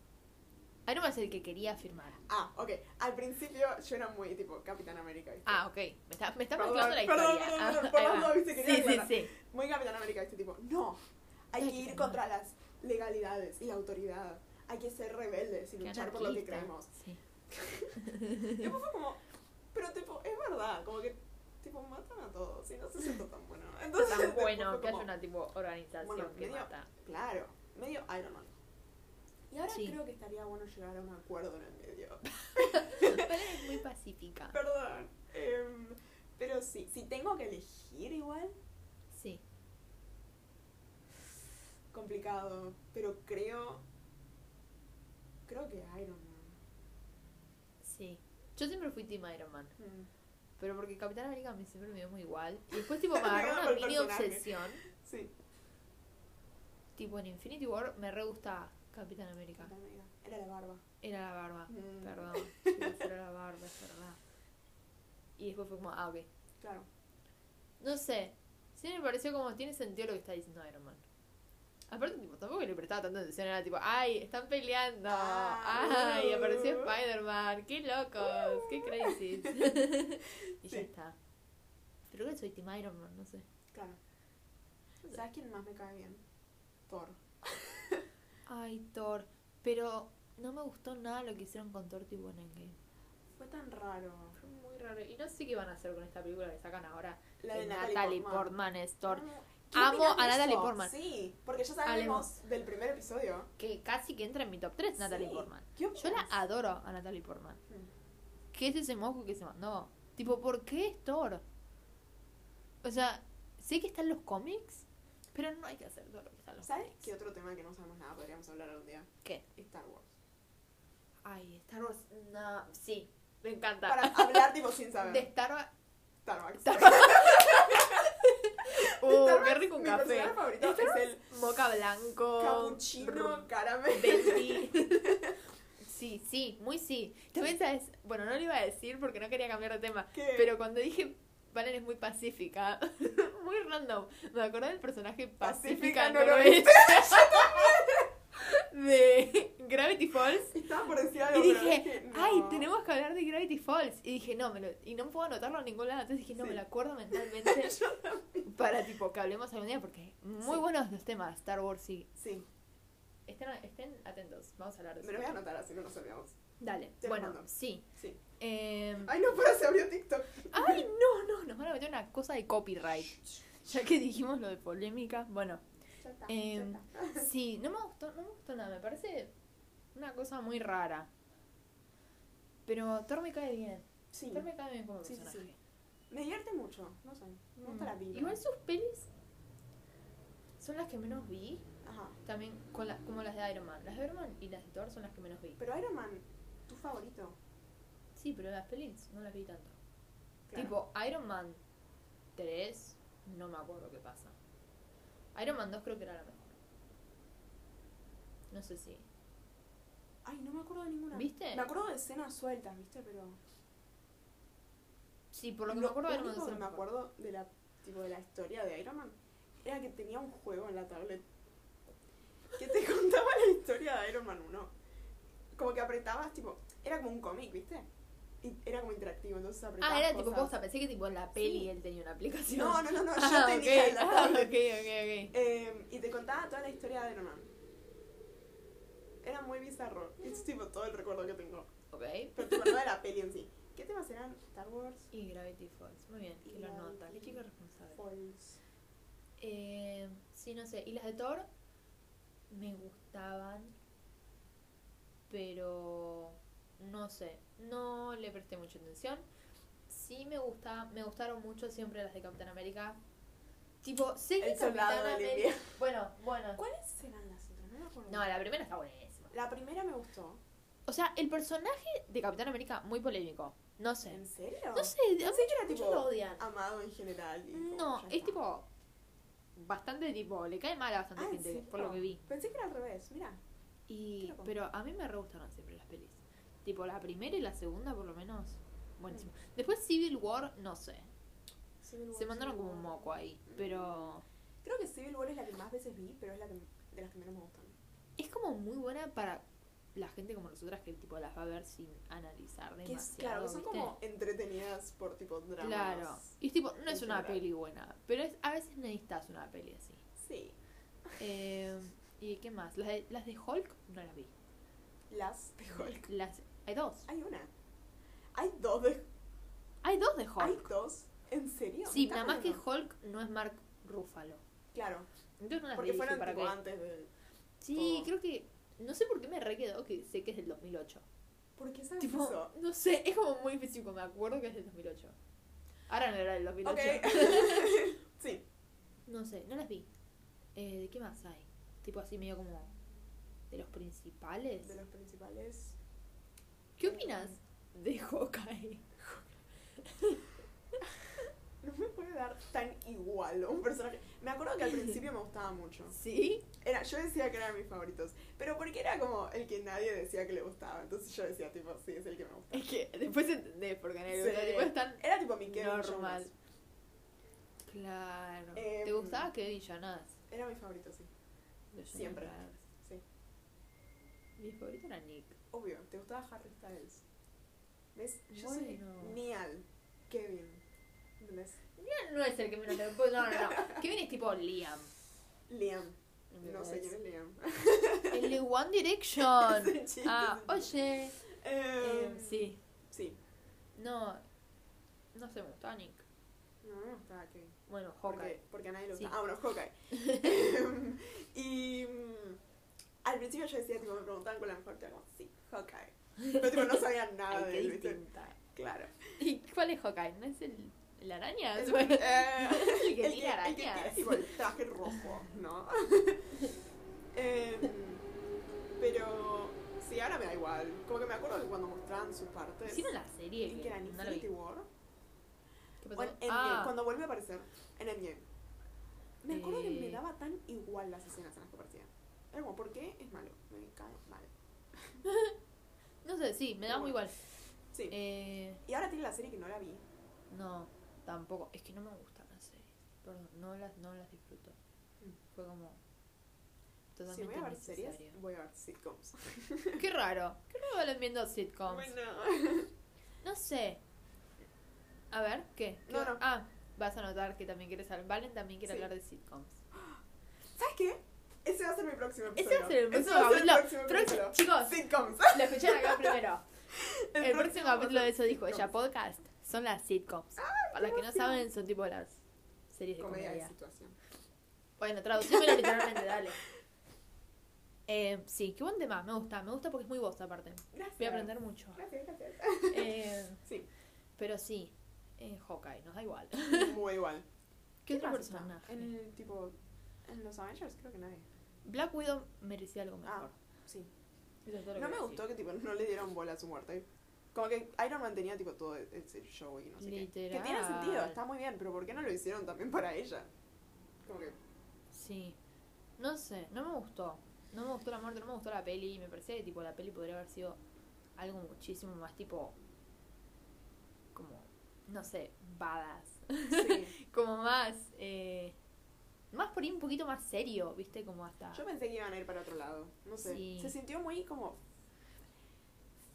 A: Iron Man Ah, es el que quería firmar.
B: Ah, ok. Al principio yo era muy, tipo, Capitán América. ¿viste?
A: Ah, ok. Me está, me está
B: Perdón,
A: mezclando la
B: perdón,
A: historia.
B: perdón, perdón,
A: Ah,
B: por
A: ahí
B: las
A: va.
B: dos, viste, quería
A: Sí, sí,
B: aclarar.
A: sí.
B: Muy Capitán América, este tipo, no, hay que ir contra las legalidades y la autoridad. Hay que ser rebeldes y
A: Qué
B: luchar por lo que
A: anarquista.
B: creemos.
A: Sí.
B: Y después fue como, pero tipo, es verdad, como que tipo matan a todos y no se siente tan bueno.
A: Está
B: Entonces,
A: tan
B: después
A: bueno
B: fue
A: que haya
B: como,
A: una tipo organización
B: bueno,
A: que
B: medio-
A: mata.
B: Claro, medio Iron Man. Y ahora
A: Sí.
B: creo que estaría bueno llegar a un acuerdo en el medio.
A: Pero es muy pacífica.
B: Perdón. em, pero sí, si tengo que elegir igual,
A: Sí.
B: complicado, pero creo creo que Iron Man.
A: Sí. Yo siempre fui Team Iron Man.
B: Mm.
A: Pero porque Capitán América me siempre me dio muy igual. Y después, tipo, me agarró
B: Me
A: una
B: agarró el
A: mini
B: personaje.
A: obsesión.
B: Sí.
A: Tipo, en Infinity War me re gusta Capitán América.
B: Capitán América. Era la barba.
A: Era la barba.
B: Mm.
A: Ah, Perdón. Sí, era la barba, es verdad. Y después fue como, ah, ok.
B: Claro.
A: No sé. Sí me pareció como tiene sentido lo que está diciendo Iron Man. Aparte, tipo, tampoco le prestaba tanta atención. Era tipo, ay, están peleando.
B: Ah,
A: ay,
B: uh.
A: apareció Spider-Man. Qué locos. Qué crazy. y
B: Sí.
A: ya está. Pero creo que soy Team Iron Man, no sé.
B: Claro. ¿Sabes quién más me cae bien? Thor.
A: Ay, Thor. Pero no me gustó nada lo que hicieron con Thor tipo en Endgame.
B: Fue tan raro.
A: Fue muy raro. Y no sé qué van a hacer con esta película que sacan ahora.
B: La de
A: Que
B: Natalie, Portman.
A: es Eh, Thor.
B: No, ¿qué
A: Amo
B: opinas
A: a
B: de
A: Natalie
B: eso?
A: Portman.
B: Sí, porque ya sabemos del primer episodio.
A: Que casi que entra en mi top 3, Natalie
B: Sí.
A: Portman.
B: ¿Qué
A: Yo la
B: opinas?
A: adoro a Natalie Portman.
B: Mm.
A: ¿Qué es ese moco que se mandó? Tipo, ¿por qué es Thor? O sea, sé que está en los cómics, pero no hay que hacer todo lo que está en los
B: ¿Sabes
A: cómics.
B: qué otro tema que no sabemos nada podríamos hablar algún día?
A: ¿Qué?
B: Star Wars.
A: Ay, Star Wars, no, sí, me encanta.
B: Para hablar tipo sin saber.
A: De Star Wars.
B: Star Wars.
A: Star Uh,
B: Star
A: qué
B: Wars,
A: rico un
B: mi
A: café.
B: personaje favorito es el
A: Moca blanco.
B: Capuchino, caramelo.
A: Bendy. Sí, sí, muy sí. También sabes, bueno, no lo iba a decir porque no quería cambiar de tema,
B: ¿Qué?
A: pero cuando dije Valen es muy pacífica, muy random, me acordé del personaje pacífica
B: Pacífica Noroeste.
A: noroeste de Gravity Falls.
B: Estaba por decir algo.
A: Y
B: pero
A: dije,
B: Ah, no.
A: ay, tenemos que hablar de Gravity Falls. Y dije, no, me lo- y no puedo anotarlo en ningún lado. Entonces dije, no,
B: Sí.
A: me lo acuerdo mentalmente para tipo que hablemos algún día porque muy
B: Sí.
A: buenos los temas, Star Wars y...
B: Sí,
A: Estén, estén atentos, vamos a hablar de
B: me lo voy a anotar así, no nos olvidamos.
A: Dale,
B: Te lo
A: bueno,
B: mando.
A: sí.
B: Sí.
A: Em,
B: Ay, no, para se abrió TikTok.
A: ay, no, no, nos van a meter una cosa de copyright. Ya que dijimos lo de polémica, bueno,
B: Ya está,
A: Eh,
B: ya está.
A: sí, no me gustó, no me gustó nada, me parece una cosa muy rara. Pero Thor me cae bien,
B: Sí,
A: Thor me cae bien como
B: Sí, sí, sí.
A: personaje.
B: me divierte mucho, no sé. Me gusta la
A: Mm.
B: vibra.
A: Igual sus pelis son las que menos vi,
B: Ajá.
A: también con la- como las de Iron Man. Las de Iron Man y las de Thor son las que menos vi.
B: Pero Iron Man, tu favorito.
A: Sí, pero las pelis no las vi tanto.
B: Claro.
A: Tipo, Iron Man 3, no me acuerdo qué pasa. Iron Man 2 creo que era la mejor. No sé si.
B: Ay, no me acuerdo de ninguna.
A: ¿Viste?
B: Me acuerdo de escenas sueltas, ¿viste? Pero.
A: Sí, por lo que me acuerdo Iron Man 2 era
B: único que me
A: la mejor.
B: acuerdo de la, tipo, de la historia de Iron Man era que tenía un juego en la tablet que te contaba la historia de Iron Man 1. Como que apretabas, tipo, era como un cómic, ¿viste? Y era como interactivo, entonces apretabas.
A: Ah, era
B: cosas.
A: tipo posta, pensé que tipo en la peli
B: Sí.
A: él tenía una aplicación.
B: No, no, no, no, yo
A: Ah,
B: tenía
A: ok.
B: la
A: Ah,
B: tablet.
A: ok, ok, ok.
B: Eh, y te contaba toda la historia de Iron Man. Era muy bizarro. Es tipo todo el recuerdo que tengo.
A: Ok.
B: Pero te acuerdo de la peli en sí. ¿Qué temas eran? Star Wars,
A: Y Gravity Falls, muy bien, que lo
B: Gravity
A: nota, qué chico responsable.
B: Falls.
A: Eh, sí, no sé. Y las de Thor me gustaban, pero no sé, no le presté mucha atención. Sí me gusta, me gustaron mucho siempre las de Capitán América. Tipo, sé que
B: El soldado
A: Capitán
B: del
A: América-
B: invierno.
A: Bueno, bueno.
B: ¿Cuáles eran las otras? No me acuerdo.
A: No, la primera está buenísima.
B: La primera me gustó.
A: O sea, el personaje de Capitán América, muy polémico. No sé.
B: ¿En serio?
A: No sé, a
B: Pensé que era
A: muchos
B: tipo-
A: lo odian.
B: Amado en general. y como,
A: No,
B: ya
A: es
B: está.
A: tipo. Bastante tipo. Le cae mal a bastante
B: Ah, ¿en
A: gente,
B: serio?
A: por lo que vi.
B: Pensé que era al revés, mira.
A: Y,
B: Claro.
A: pero a mí me re gustaron siempre las pelis. Tipo, la primera y la segunda, por lo menos. Buenísimo. Después Civil War, no sé. Se mandaron como un moco ahí. Pero
B: Creo que Civil War es la que más veces vi, pero es la que, de las que menos me gustan.
A: es como muy buena para la gente como nosotras que tipo las va a ver sin analizar
B: Que es,
A: demasiado.
B: claro, que son
A: ¿viste?
B: como entretenidas por tipo dramas.
A: Claro. Y es tipo, no
B: en
A: es una
B: general.
A: peli buena. Pero es, a veces necesitas una peli así.
B: Sí.
A: Eh, ¿Y qué más? Las de, las de Hulk no las vi.
B: Las de Hulk.
A: Las, hay dos.
B: Hay una. Hay dos de
A: Hay dos de
B: Hay
A: Hulk.
B: dos. ¿En serio?
A: Sí,
B: Está
A: nada más que
B: bueno.
A: Hulk no es Mark Ruffalo.
B: Claro.
A: Entonces no las
B: Porque
A: vi, dije,
B: fueron
A: Ah, ¿para
B: tipo
A: qué?
B: antes de.
A: Sí,
B: todo.
A: creo que. No sé por qué me re quedó que sé que es del 2008.
B: ¿Por qué sabes
A: Tipo,
B: eso?
A: no sé, es como muy físico, me acuerdo que es del 2008. Ahora no era del 2008.
B: Ok. sí.
A: No sé, no las vi. Eh, ¿De qué más hay? Tipo así medio como. De los principales.
B: De los principales.
A: ¿Qué opinas de Hawkeye?
B: No me puede dar tan igual un personaje. Me acuerdo que al principio me gustaba mucho.
A: ¿Sí?
B: Era, yo decía que eran mis favoritos, pero porque era como el que nadie decía que le gustaba. Entonces yo decía, tipo, sí, es el que me gusta.
A: Es que después entendés, porque en el
B: Sí.
A: otro tipo están.
B: Era tipo mi Kevin
A: Normal.
B: Jonas.
A: Claro.
B: Em,
A: ¿Te gustaba Kevin Jonas?
B: Era mi favorito, sí.
A: De Jonas
B: siempre.
A: Brothers.
B: Sí.
A: Mi favorito era Nick.
B: Obvio, te gustaba Harry Styles. ¿Ves? Yo soy
A: Bueno.
B: Neal, Kevin. ¿Entendés?
A: No es el que menos le
B: pues,
A: puedo. No, no, no. Kevin es tipo Liam.
B: Liam.
A: ¿entendés?
B: No sé quién es Liam.
A: El de One Direction.
B: Es un
A: ah,
B: chiste, es
A: oye.
B: un chiste.
A: Em, sí.
B: Sí.
A: No. No sé, me gustaba Nick.
B: No, me gustaba Kevin.
A: Bueno, Hawkeye.
B: Porque, porque a nadie le
A: Sí.
B: gustaba. Ah, bueno, Hawkeye. y mm, al principio yo decía, tipo, me preguntaban con la mejor, yo era como, sí, Hawkeye. Pero tipo, no sabía nada
A: Ay,
B: de
A: qué
B: él, ¿viste?
A: distinta.
B: Claro.
A: ¿Y cuál es Hawkeye? ¿No es el, el araña?
B: Es-
A: Ah, Bueno,
B: eh,
A: el que
B: el
A: tira
B: el que tira,
A: arañas.
B: tipo, el traje rojo, ¿no? Em, pero sí, ahora me da igual. Como que me acuerdo que cuando mostraban sus partes.
A: Hicieron la serie.
B: en que
A: que
B: eran
A: no la vi.
B: Infinity War.
A: ¿Qué pasó?
B: O en Endgame,
A: ah,
B: cuando vuelve a aparecer. En Endgame. Me acuerdo que me
A: Eh.
B: daba tan igual las escenas en las que aparecían. Era como, ¿por qué es malo? Me cae mal.
A: No sé, sí, me da muy igual.
B: Sí.
A: Eh,
B: y ahora tiene la serie que no la vi.
A: no, tampoco. Es que no me gustan las series. Perdón, no las, no las disfruto. Fue como.
B: Si
A: Totalmente
B: Mm. voy a ver
A: innecesario.
B: series, voy a ver sitcoms.
A: Qué raro. Qué raro hablan viendo sitcoms.
B: Bueno.
A: No sé. A ver, ¿qué? ¿Qué
B: No,
A: va-
B: no.
A: Ah, vas a notar que también quieres hablar. Valen también quiere
B: Sí.
A: hablar de sitcoms.
B: ¿Sabes qué? Ese va a ser mi próximo episodio.
A: Ese va a ser el próximo
B: Ese va a ser el
A: capítulo.
B: próximo
A: Próximo-
B: capítulo.
A: chicos,
B: Sitcoms.
A: lo escucharon acá primero. El, próximo
B: va a
A: capítulo
B: ser
A: de eso dijo
B: sitcoms.
A: ella, podcast, son las sitcoms. Para los que no
B: emoción.
A: saben, son tipo las series de
B: Comedia de
A: comedia.
B: situación.
A: Bueno, traducímelo literalmente, dale. Eh, sí, qué buen tema, me gusta, me gusta porque es muy vos aparte.
B: Gracias.
A: Voy a aprender mucho.
B: Gracias, gracias.
A: Eh,
B: Sí.
A: pero sí, eh, Hawkeye, nos da igual.
B: Muy igual.
A: ¿Qué otro
B: más está?
A: personaje?
B: En el tipo. En los Avengers creo que nadie.
A: Black Widow merecía algo mejor.
B: Sí.
A: Ah, Eso es todo lo
B: No
A: que
B: me
A: voy a
B: gustó que tipo no le dieron bola a su muerte. Como que Iron Man tenía tipo todo ese show y no sé qué. Que tiene
A: Literal.
B: sentido, está muy bien, pero ¿por qué no lo hicieron también para ella? Como que
A: decir. Sí. No sé, no me gustó. No me gustó la muerte, no me gustó la peli. Me parecía que tipo la peli podría haber sido algo muchísimo más tipo. como. no sé, badass.
B: sí.
A: Como más. eh, más por ahí un poquito más serio, ¿viste? Como hasta.
B: Yo pensé que iban a ir para otro lado. No sé.
A: Sí.
B: Se sintió muy como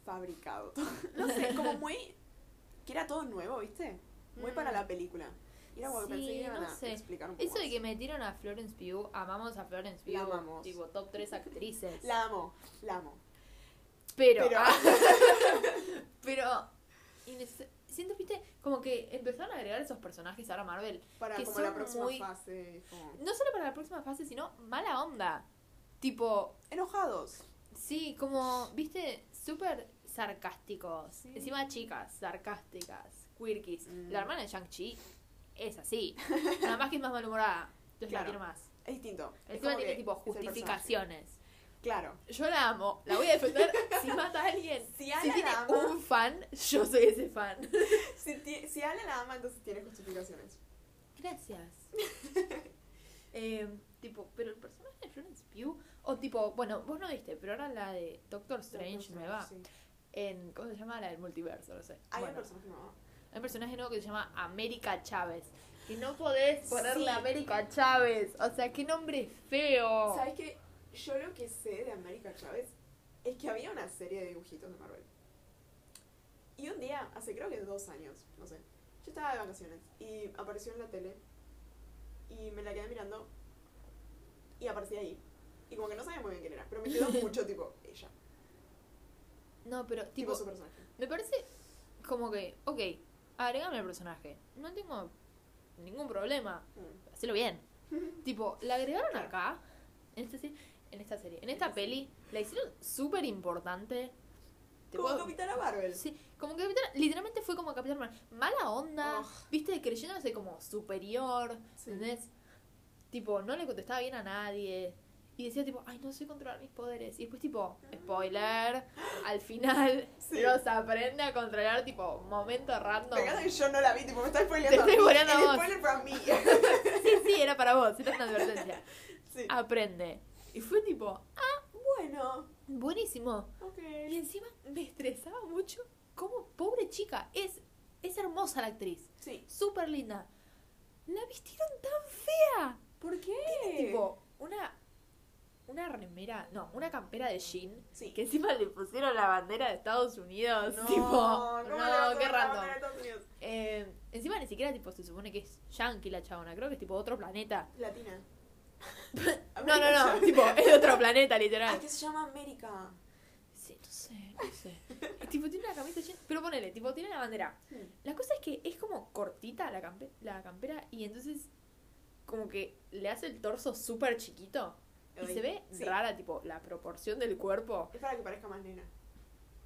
B: fabricado. no sé, como muy. que era todo nuevo, ¿viste? Muy
A: Mm.
B: para la película. Y era como que
A: Sí,
B: pensé que iban
A: no
B: a
A: sé.
B: explicar un poco.
A: Eso de
B: más.
A: que metieron a Florence Pugh, amamos a Florence Pugh,
B: La amamos.
A: tipo top 3 actrices.
B: La amo, la amo.
A: Pero,
B: Pero.
A: ah, pero innece- siento, viste, como que empezaron a agregar esos personajes ahora a Marvel.
B: para
A: que
B: como la
A: son
B: próxima
A: muy-
B: fase. como-
A: No solo para la próxima fase, sino mala onda. Tipo,
B: Enojados.
A: sí, como, viste, súper sarcásticos.
B: Sí.
A: Encima chicas, sarcásticas, quirkies.
B: Mm.
A: La hermana de Shang-Chi, es así. Nada más que es más malhumorada. Entonces la
B: Claro.
A: quiero más.
B: Es distinto. Es
A: Encima
B: como
A: tiene
B: que
A: tipo
B: es el personaje.
A: justificaciones.
B: Claro.
A: Yo la amo, la voy a defender si mata a alguien.
B: Si
A: Si
B: Ala
A: tiene
B: la ama,
A: un fan, yo soy ese fan.
B: si, ti- si Ala la ama, entonces tiene justificaciones.
A: Gracias. Eh, tipo, pero el personaje de Florence Pugh, o tipo, bueno, vos no viste, pero ahora la de Doctor Strange nueva,
B: Sí.
A: en, ¿cómo se llama? La del multiverso, no sé.
B: Hay
A: Bueno,
B: un personaje nuevo.
A: hay un personaje nuevo que se llama América Chávez. Que no podés ponerle
B: Sí.
A: América Chávez. O sea, qué nombre feo.
B: ¿Sabes qué? Yo lo que sé de América Chávez es que había una serie de dibujitos de Marvel. Y un día, hace creo que dos años, no sé, yo estaba de vacaciones y apareció en la tele y me la quedé mirando y aparecía ahí. Y como que no sabía muy bien quién era, pero me quedó mucho tipo ella,
A: No, pero
B: tipo,
A: tipo,
B: su personaje.
A: me parece como que, ok, agregame el personaje. No tengo ningún problema.
B: Mm.
A: Hacelo bien. Tipo, la agregaron
B: Claro.
A: acá, en esta serie, en esta, serie, en
B: Esta
A: esta
B: serie.
A: peli, la hicieron súper importante. Te
B: Como
A: puedo-
B: Capitana Marvel.
A: Sí, como que Capitán- literalmente fue como Capitán Marvel. Mala onda,
B: Ugh.
A: viste, creyéndose como superior,
B: Sí.
A: ¿entendés? Tipo, no le contestaba bien a nadie. Y decía tipo, ay, no sé controlar mis poderes. Y después tipo, spoiler, al final
B: Sí.
A: los aprende a controlar, tipo, momento random.
B: Me encanta que yo no la vi, tipo, me está spoileando.
A: Te
B: a
A: estoy
B: mí,
A: spoileando a
B: el
A: vos.
B: spoiler para mí.
A: Sí, sí, era para vos, era una advertencia.
B: sí.
A: Ah. Aprende. Y fue tipo,
B: Bueno,
A: Buenísimo.
B: ok.
A: Y encima me estresaba mucho como pobre chica. Es, es hermosa la actriz.
B: Sí.
A: Súper linda. La vistieron tan fea.
B: ¿Por qué?
A: Tipo, una. Una remera. No, una campera de jean.
B: Sí.
A: Que encima le pusieron la bandera de Estados Unidos.
B: No,
A: tipo.
B: ¿cómo le vas
A: No,
B: a
A: qué
B: poner la
A: random.
B: bandera de Estados Unidos?
A: Eh, encima ni siquiera tipo se supone que es yankee la chabona. Creo que es tipo otro planeta.
B: Latina.
A: No, no, no.
B: American.
A: tipo, es de otro planeta,
B: Ah,
A: literal.
B: que se llama América.
A: Sí, no sé, no sé. Y, tipo, tiene una camisa llena. Pero ponele, tipo, tiene la bandera. La cosa es que es como cortita la, campe- la campera y entonces como que le hace el torso súper chiquito. Y
B: Ay,
A: se ve
B: sí.
A: rara, tipo, la proporción del cuerpo.
B: Es para que parezca más nena.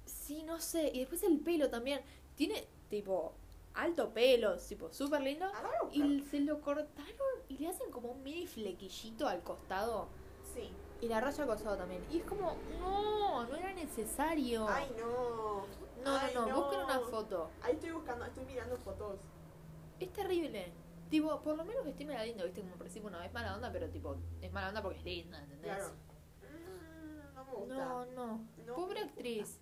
A: Sí, no sé. Y después el pelo también. Tiene, tipo, alto pelo, tipo, súper lindo.
B: Ah, la voy a buscar.
A: Y se lo cortaron y le hacen como un mini flequillito al costado.
B: Sí.
A: Y la raya al costado también. Y es como, no, no era necesario.
B: Ay, no.
A: No,
B: Ay,
A: no, no,
B: no.
A: busquen una foto.
B: Ahí estoy buscando, estoy mirando fotos.
A: Es terrible. Tipo, por lo menos que esté mega lindo, viste, como en principio no es mala onda, pero tipo, es mala onda porque es linda, ¿entendés?
B: Claro. Mm, No me gusta.
A: No, no.
B: No
A: Pobre
B: me gusta.
A: actriz.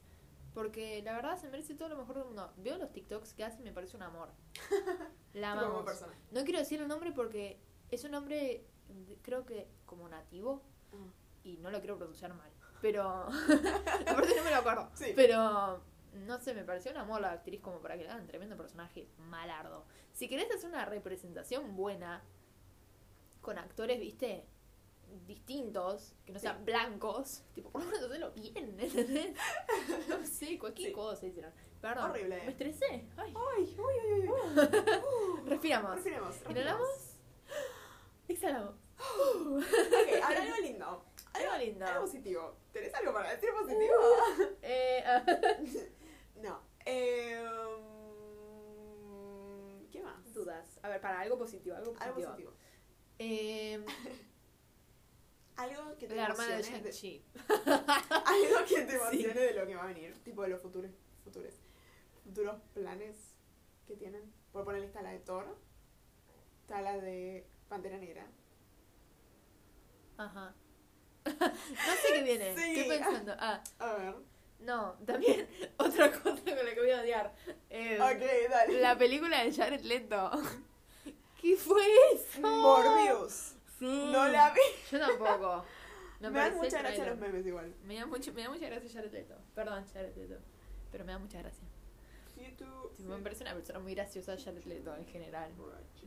A: Porque la verdad se merece todo lo mejor del mundo. Veo los TikToks que hace y me parece un amor. La
B: Tipo, como
A: amamos.
B: persona.
A: No quiero decir el nombre porque es un nombre, de- creo que como nativo.
B: Ah.
A: Y no lo quiero pronunciar mal. Pero. Aparte no me lo acuerdo.
B: Sí.
A: Pero. No sé, me pareció una mola actriz como para que le hagan tremendo personaje malardo. Si querés hacer una representación buena con actores, viste, distintos, que no
B: Sí.
A: sean blancos, tipo, por lo menos hacelo bien, ¿entendés? No sé, cualquier
B: Sí.
A: cosa hicieron. Perdón.
B: Horrible. Oh,
A: Me estresé. Ay,
B: Ay, uy, uy, uy.
A: respiramos.
B: Respiremos.
A: Inhalamos. Exhalamos.
B: Ok, ahora algo lindo.
A: Algo lindo.
B: Algo positivo. ¿Tenés algo para decir positivo?
A: Eh, ah, Uh.
B: No. Eh, mm, ¿Qué más?
A: dudas. A ver, para algo positivo, algo positivo.
B: Algo positivo.
A: Eh,
B: Algo que te
A: la hermana de
B: emocione de-
A: Shang-Chi.
B: Algo que te
A: Sí.
B: emocione de lo que va a venir, tipo de los futuros, futuros, futuros planes que tienen. Por ponerle está la de Thor, está la de Pantera Negra.
A: Ajá. no sé qué viene.
B: Sí.
A: Estoy pensando. Ah,
B: A ver.
A: no, también otra cosa con la que voy a odiar. Eh,
B: Ok, dale.
A: La película de Jared Leto. ¿Qué fue eso?
B: Morbius.
A: Sí.
B: No la vi.
A: Yo tampoco. No
B: me
A: pareció
B: dan mucha gracia
A: trailer.
B: los memes igual.
A: Me da, mucho, me da mucha gracia Jared Leto. Perdón, Jared Leto. Pero me da mucha gracia.
B: YouTube.
A: Tipo, me parece una persona muy graciosa Jared Leto en general.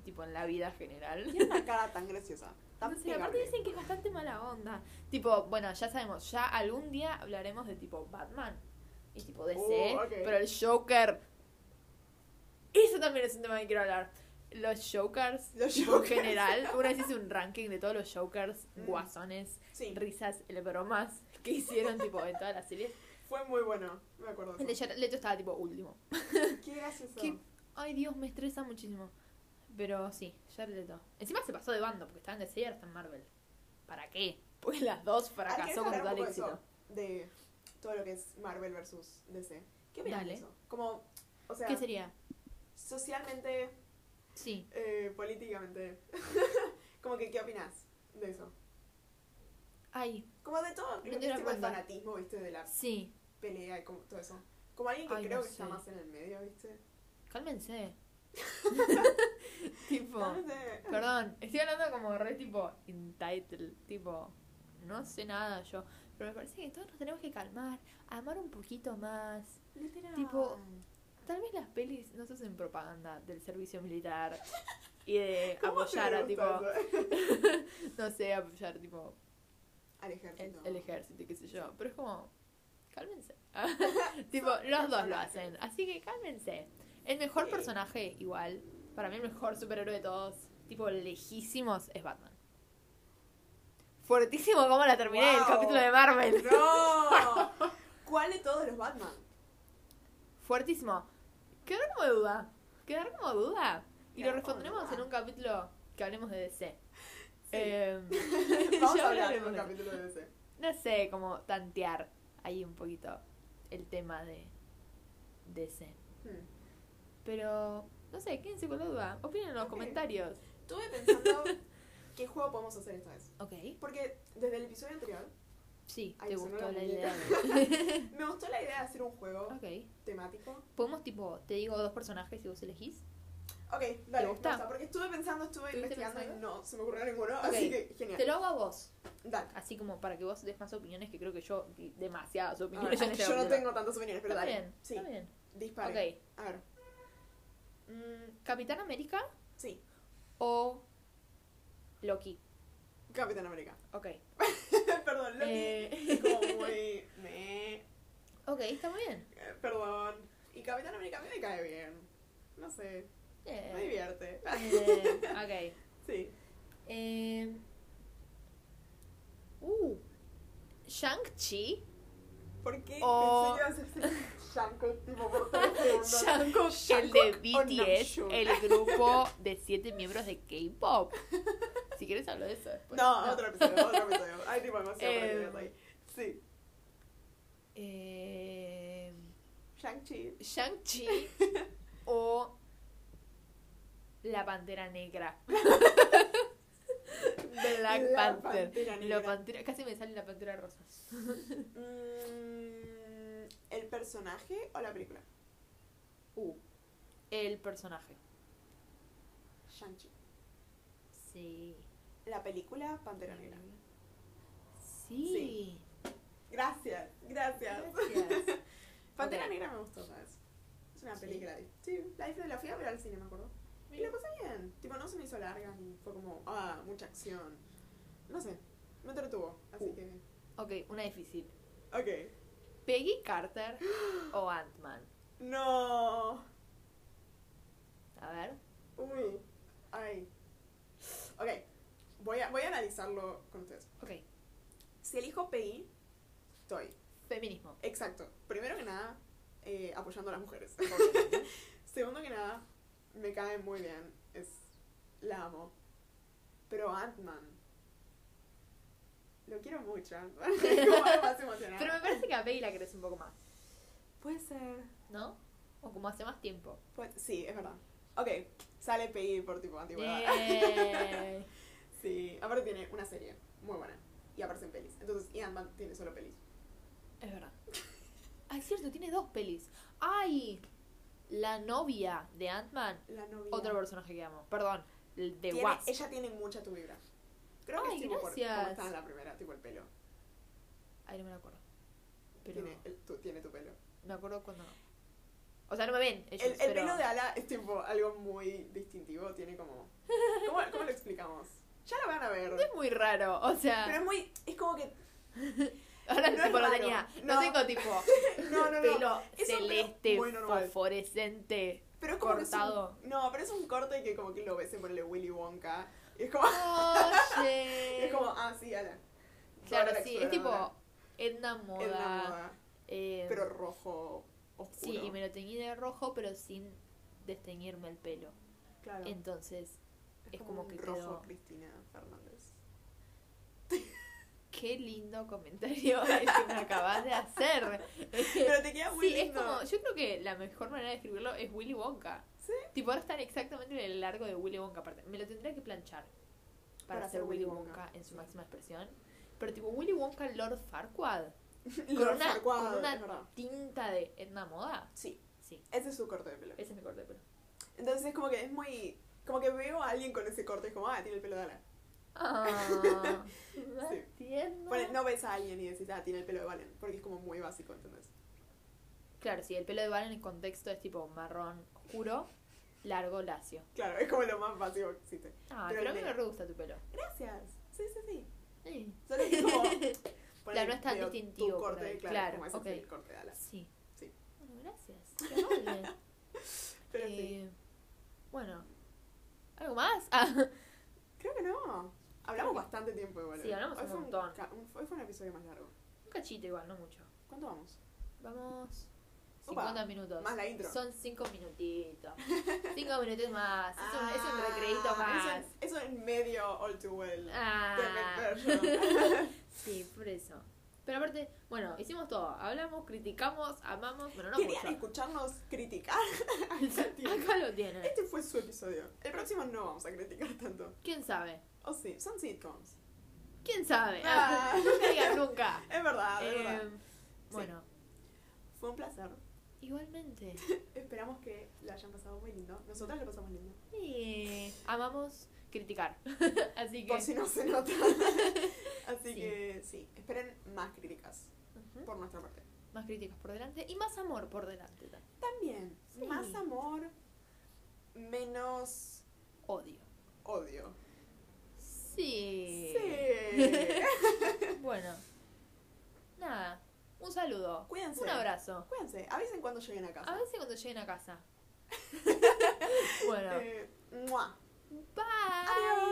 A: Tipo, en la vida general.
B: Tiene una cara tan graciosa. Tan
A: No sé, aparte
B: pegable.
A: dicen que es bastante mala onda. Tipo, bueno, ya sabemos, ya algún día hablaremos de tipo Batman y tipo DC,
B: Oh, ok.
A: pero el Joker. Eso también es un tema que quiero hablar. Los Jokers,
B: Los
A: tipo,
B: Jokers.
A: en general, una vez hice un ranking de todos los Jokers,
B: Mm.
A: guasones,
B: Sí,
A: risas, el bromas que hicieron tipo en todas las series.
B: fue muy bueno. Me acuerdo.
A: El
B: de
A: de
B: eso.
A: Jared Leto estaba tipo último.
B: Qué gracioso.
A: Qué- Ay Dios, me estresa muchísimo. Pero sí, Jared Leto. Encima se pasó de bando porque estaba en The Sears, está en Marvel. ¿Para qué? Pues las dos
B: Hay que
A: fracasó con
B: Ah, hablar
A: total
B: un poco de
A: éxito.
B: eso, De todo lo que es Marvel versus DC. ¿Qué opinas de
A: Dale.
B: eso? Como, o sea,
A: ¿Qué sería?
B: socialmente,
A: Sí.
B: eh, políticamente. como que, ¿qué opinas de eso?
A: Ay,
B: Como de todo,
A: No
B: lo que
A: quiero
B: es tipo el
A: aprender.
B: fanatismo, ¿viste? De la
A: sí.
B: pelea y como, todo eso. Como alguien que
A: Ay,
B: creo
A: no
B: que está
A: sé.
B: más en el medio, ¿viste?
A: Cálmense. tipo.
B: Realmente,
A: Perdón, estoy hablando como re tipo entitled, tipo, no sé nada yo, pero me parece que todos nos tenemos que calmar, amar un poquito más.
B: literal.
A: tipo, Tal vez las pelis no se hacen propaganda del servicio militar y de
B: ¿Cómo te
A: apoyar a tipo,
B: gusta eso?
A: no sé, apoyar tipo
B: Al
A: el,
B: ejército.
A: el ejército y qué sé yo, pero es como, cálmense. tipo, los dos lo hacen, así que cálmense. El mejor
B: Sí.
A: personaje igual, para mí el mejor superhéroe de todos, tipo lejísimos, es Batman. Fuertísimo como la terminé el
B: Wow.
A: capítulo de Marvel.
B: ¡No! ¿Cuál de todos los Batman?
A: Fuertísimo. Quedar como duda. Quedar como duda. Y lo
B: Quedar como
A: responderemos
B: duda.
A: en un capítulo que hablemos de DC.
B: Sí.
A: Eh,
B: Vamos
A: ya
B: a hablar en
A: hablaremos
B: un
A: de-
B: capítulo de DC.
A: no sé, como tantear ahí un poquito el tema de DC.
B: Hmm.
A: Pero, no sé, quédense con la duda. Opinen en los
B: Ok.
A: comentarios.
B: Estuve pensando qué juego podemos hacer esta vez.
A: Ok.
B: Porque desde el episodio anterior
A: Sí,
B: Ay,
A: te
B: sonó
A: gustó
B: la
A: la idea.
B: muñeca.
A: de-
B: me gustó la idea de hacer un juego
A: ok.
B: temático.
A: Podemos, tipo, te digo dos personajes y vos elegís.
B: Ok, dale,
A: gusta?
B: me gusta, Porque estuve pensando, estuve
A: ¿Estuviste
B: investigando y
A: pensando?
B: no se me ocurrió ninguno.
A: Ok.
B: Así que genial.
A: Te lo hago a vos.
B: Dale.
A: Así como para que vos des más opiniones, que creo que yo di demasiadas
B: A
A: opiniones.
B: ver,
A: en este
B: Ah, yo no
A: capítulo.
B: tengo tantas opiniones, pero
A: Está
B: dale.
A: bien,
B: sí,
A: está bien.
B: dispare.
A: Ok.
B: A ver,
A: Mm, ¿Capitán América
B: sí,
A: o Loki?
B: Capitán América.
A: Ok.
B: Perdón, Loki.
A: Eh,
B: Es como muy. meh.
A: ok, está muy bien.
B: Eh, Perdón. Y Capitán América a mí me cae bien. No sé,
A: Eh,
B: me divierte.
A: eh, ok.
B: Sí.
A: Eh, uh, ¿Shang-Chi?
B: ¿Por qué
A: O-
B: pensé que ibas a decir Shanko, tipo por tres segundos?
A: Jungkook, el
B: Jungkook
A: de
B: o
A: BTS,
B: Namjoon.
A: el grupo de siete miembros de K-pop. Si quieres hablo de eso después.
B: No, otro episodio, otro episodio. Hay tipo demasiado para
A: Eh,
B: que veas ahí. Sí.
A: Eh,
B: Shang-Chi.
A: Shang-Chi o La Pantera Negra. Black
B: La
A: Panther.
B: Pantera
A: La
B: Negra.
A: pantera, casi me sale la pantera rosa.
B: Mm, ¿El personaje o la película?
A: Uh, el personaje.
B: Shang-Chi.
A: Sí.
B: La película Pantera Negra.
A: Sí.
B: Gracias, gracias.
A: Gracias.
B: Pantera
A: Ok.
B: Negra me gustó, ¿sabes? Es una
A: Sí.
B: película. de- Sí, la disfruté, la fui a ver al cine, me acuerdo. Y la pasé bien. Tipo, no se me hizo larga ni fue como, ah, mucha acción. No sé, me entretuvo. Así
A: Uh.
B: que.
A: Ok, una difícil.
B: Ok.
A: ¿Peggy Carter o Ant-Man?
B: No.
A: A ver.
B: Uy. Ay. Ok. Voy a, voy a analizarlo con ustedes.
A: Ok.
B: Si elijo PI, estoy.
A: Feminismo.
B: Exacto. Primero que nada, eh, apoyando a las mujeres. Segundo que nada, me cae muy bien. Es, la amo. Pero Ant-Man. Lo quiero mucho. Ant-Man. Como algo más emocional.
A: Pero me parece que a Peggy la querés un poco más,
B: Puede ser.
A: ¿no? O como hace más tiempo.
B: Puede- sí, es verdad. Ok. Sale PI por tipo antigüedad.
A: Yay.
B: Sí, aparte tiene una serie muy buena y aparece en pelis. Entonces, y Ant-Man tiene solo pelis.
A: Es verdad. Ah, es cierto, tiene dos pelis. ¡Ay! La novia de Ant-Man
B: La novia.
A: Otro personaje que amo. Perdón, el de
B: Tiene-
A: Wasp.
B: Ella tiene mucha tu vibra. Creo que
A: Ay,
B: es tipo por
A: gracias.
B: cómo está en la primera, tipo el pelo.
A: Ay, no me lo acuerdo. Pero
B: Tiene, el- tu, tiene tu pelo.
A: me acuerdo cuando. O sea, no me ven. Ellos,
B: El, el
A: pero-
B: pelo de Ala es tipo algo muy distintivo, tiene como... ¿Cómo, cómo lo explicamos? Ya lo van a ver.
A: Es muy raro. O sea,
B: Pero es muy... Es como que...
A: ahora
B: no es
A: tipo lo
B: raro,
A: tenía. No,
B: no.
A: tengo tipo
B: No, no,
A: pelo
B: no. es un pelo
A: celeste,
B: muy normal.
A: fosforescente.
B: Pero es como que es un-
A: cortado.
B: no, pero es un corte que como que lo ves en ponerle Willy Wonka. Y es como...
A: Oye.
B: Es como, ah, sí, Ala.
A: claro,
B: Dora la
A: sí, es tipo
B: Exploradora.
A: Edna
B: Es la
A: Moda.
B: moda.
A: eh,
B: pero rojo
A: sí,
B: oscuro.
A: y me lo teñí de rojo, pero sin desteñirme el pelo.
B: Claro.
A: Entonces, es como
B: un
A: que
B: rojo
A: quedó-
B: Cristina Fernández.
A: qué lindo comentario el que me acabas de hacer.
B: Pero te queda muy
A: Sí, es
B: lindo.
A: como, yo creo que la mejor manera de escribirlo es Willy Wonka.
B: Sí.
A: Tipo, ahora están exactamente en el largo de Willy Wonka. Aparte, me lo tendría que planchar para, hacer Willy Wonka, en su
B: sí.
A: máxima expresión. Pero tipo, Willy Wonka Lord Farquaad,
B: Lord
A: con una-
B: Farquaad,
A: con una-
B: es verdad.
A: tinta de Edna Moda.
B: Sí,
A: Sí,
B: ese es su corte de pelo.
A: ese es mi corte de pelo.
B: Entonces es como que es muy... Como que veo a alguien con ese corte, es como, ah, tiene el pelo de ala.
A: Ah,
B: Sí.
A: tierno.
B: Pone- no ves a alguien y decís, ah, tiene el pelo de Valen, porque es como muy básico, ¿entendés?
A: Claro, sí, el pelo de Val en el contexto es tipo marrón oscuro, largo, lacio.
B: Claro, es como lo más básico que existe.
A: Ah, pero
B: Pero
A: a
B: el
A: mí me
B: de-
A: re gusta tu pelo.
B: Gracias. Sí, sí, sí.
A: Sí.
B: Solo que es como... ponele,
A: no es tan
B: veo
A: distintivo
B: Tu
A: por
B: corte,
A: ahí.
B: claro,
A: Claro,
B: como ese
A: ok.
B: es el corte de ala.
A: Sí.
B: Sí.
A: Bueno, gracias. Qué amable.
B: Pero sí.
A: Eh, Bueno. ¿Algo más? Ah,
B: Creo que no. Hablamos bastante tiempo igual.
A: Sí,
B: hoy.
A: hablamos
B: hoy
A: un
B: fue
A: montón.
B: ca- un- hoy fue un episodio más largo.
A: un cachito igual, no mucho.
B: ¿Cuánto vamos?
A: Vamos.
B: Opa,
A: 50 minutos.
B: Más la intro.
A: Son 5 minutitos. 5 minutos más. Es un, es un
B: Ah,
A: recreíto más.
B: Eso, eso en medio all too well.
A: Ah.
B: Del version.
A: Sí, por eso. Pero aparte, bueno, hicimos todo. Hablamos, criticamos, amamos. Bueno, no
B: Querían
A: mucho.
B: escucharnos criticar. Acá tienen.
A: Acá lo tienen.
B: este fue su episodio. El próximo no vamos a criticar tanto.
A: ¿Quién sabe?
B: O sí, son sitcoms.
A: ¿Quién sabe?
B: Ah.
A: No me digan nunca.
B: Es verdad, es
A: Eh,
B: verdad.
A: bueno,
B: Fue un placer.
A: igualmente.
B: Esperamos que la hayan pasado muy lindo. Nosotras lo pasamos lindo.
A: Eh, amamos criticar. Así que.
B: Por si no se nota. Así
A: Sí.
B: que sí, esperen más críticas
A: Ujú.
B: por nuestra parte.
A: Más críticas por delante y más amor por delante. también.
B: También,
A: Sí.
B: más amor, menos
A: Odio.
B: odio.
A: Sí.
B: Sí.
A: Bueno. Nada. Un saludo.
B: Cuídense.
A: Un abrazo.
B: Cuídense, avisen cuando lleguen a
A: A
B: casa.
A: veces cuando lleguen a casa. bueno.
B: Eh, ¡mua!
A: Bye.
B: Adiós.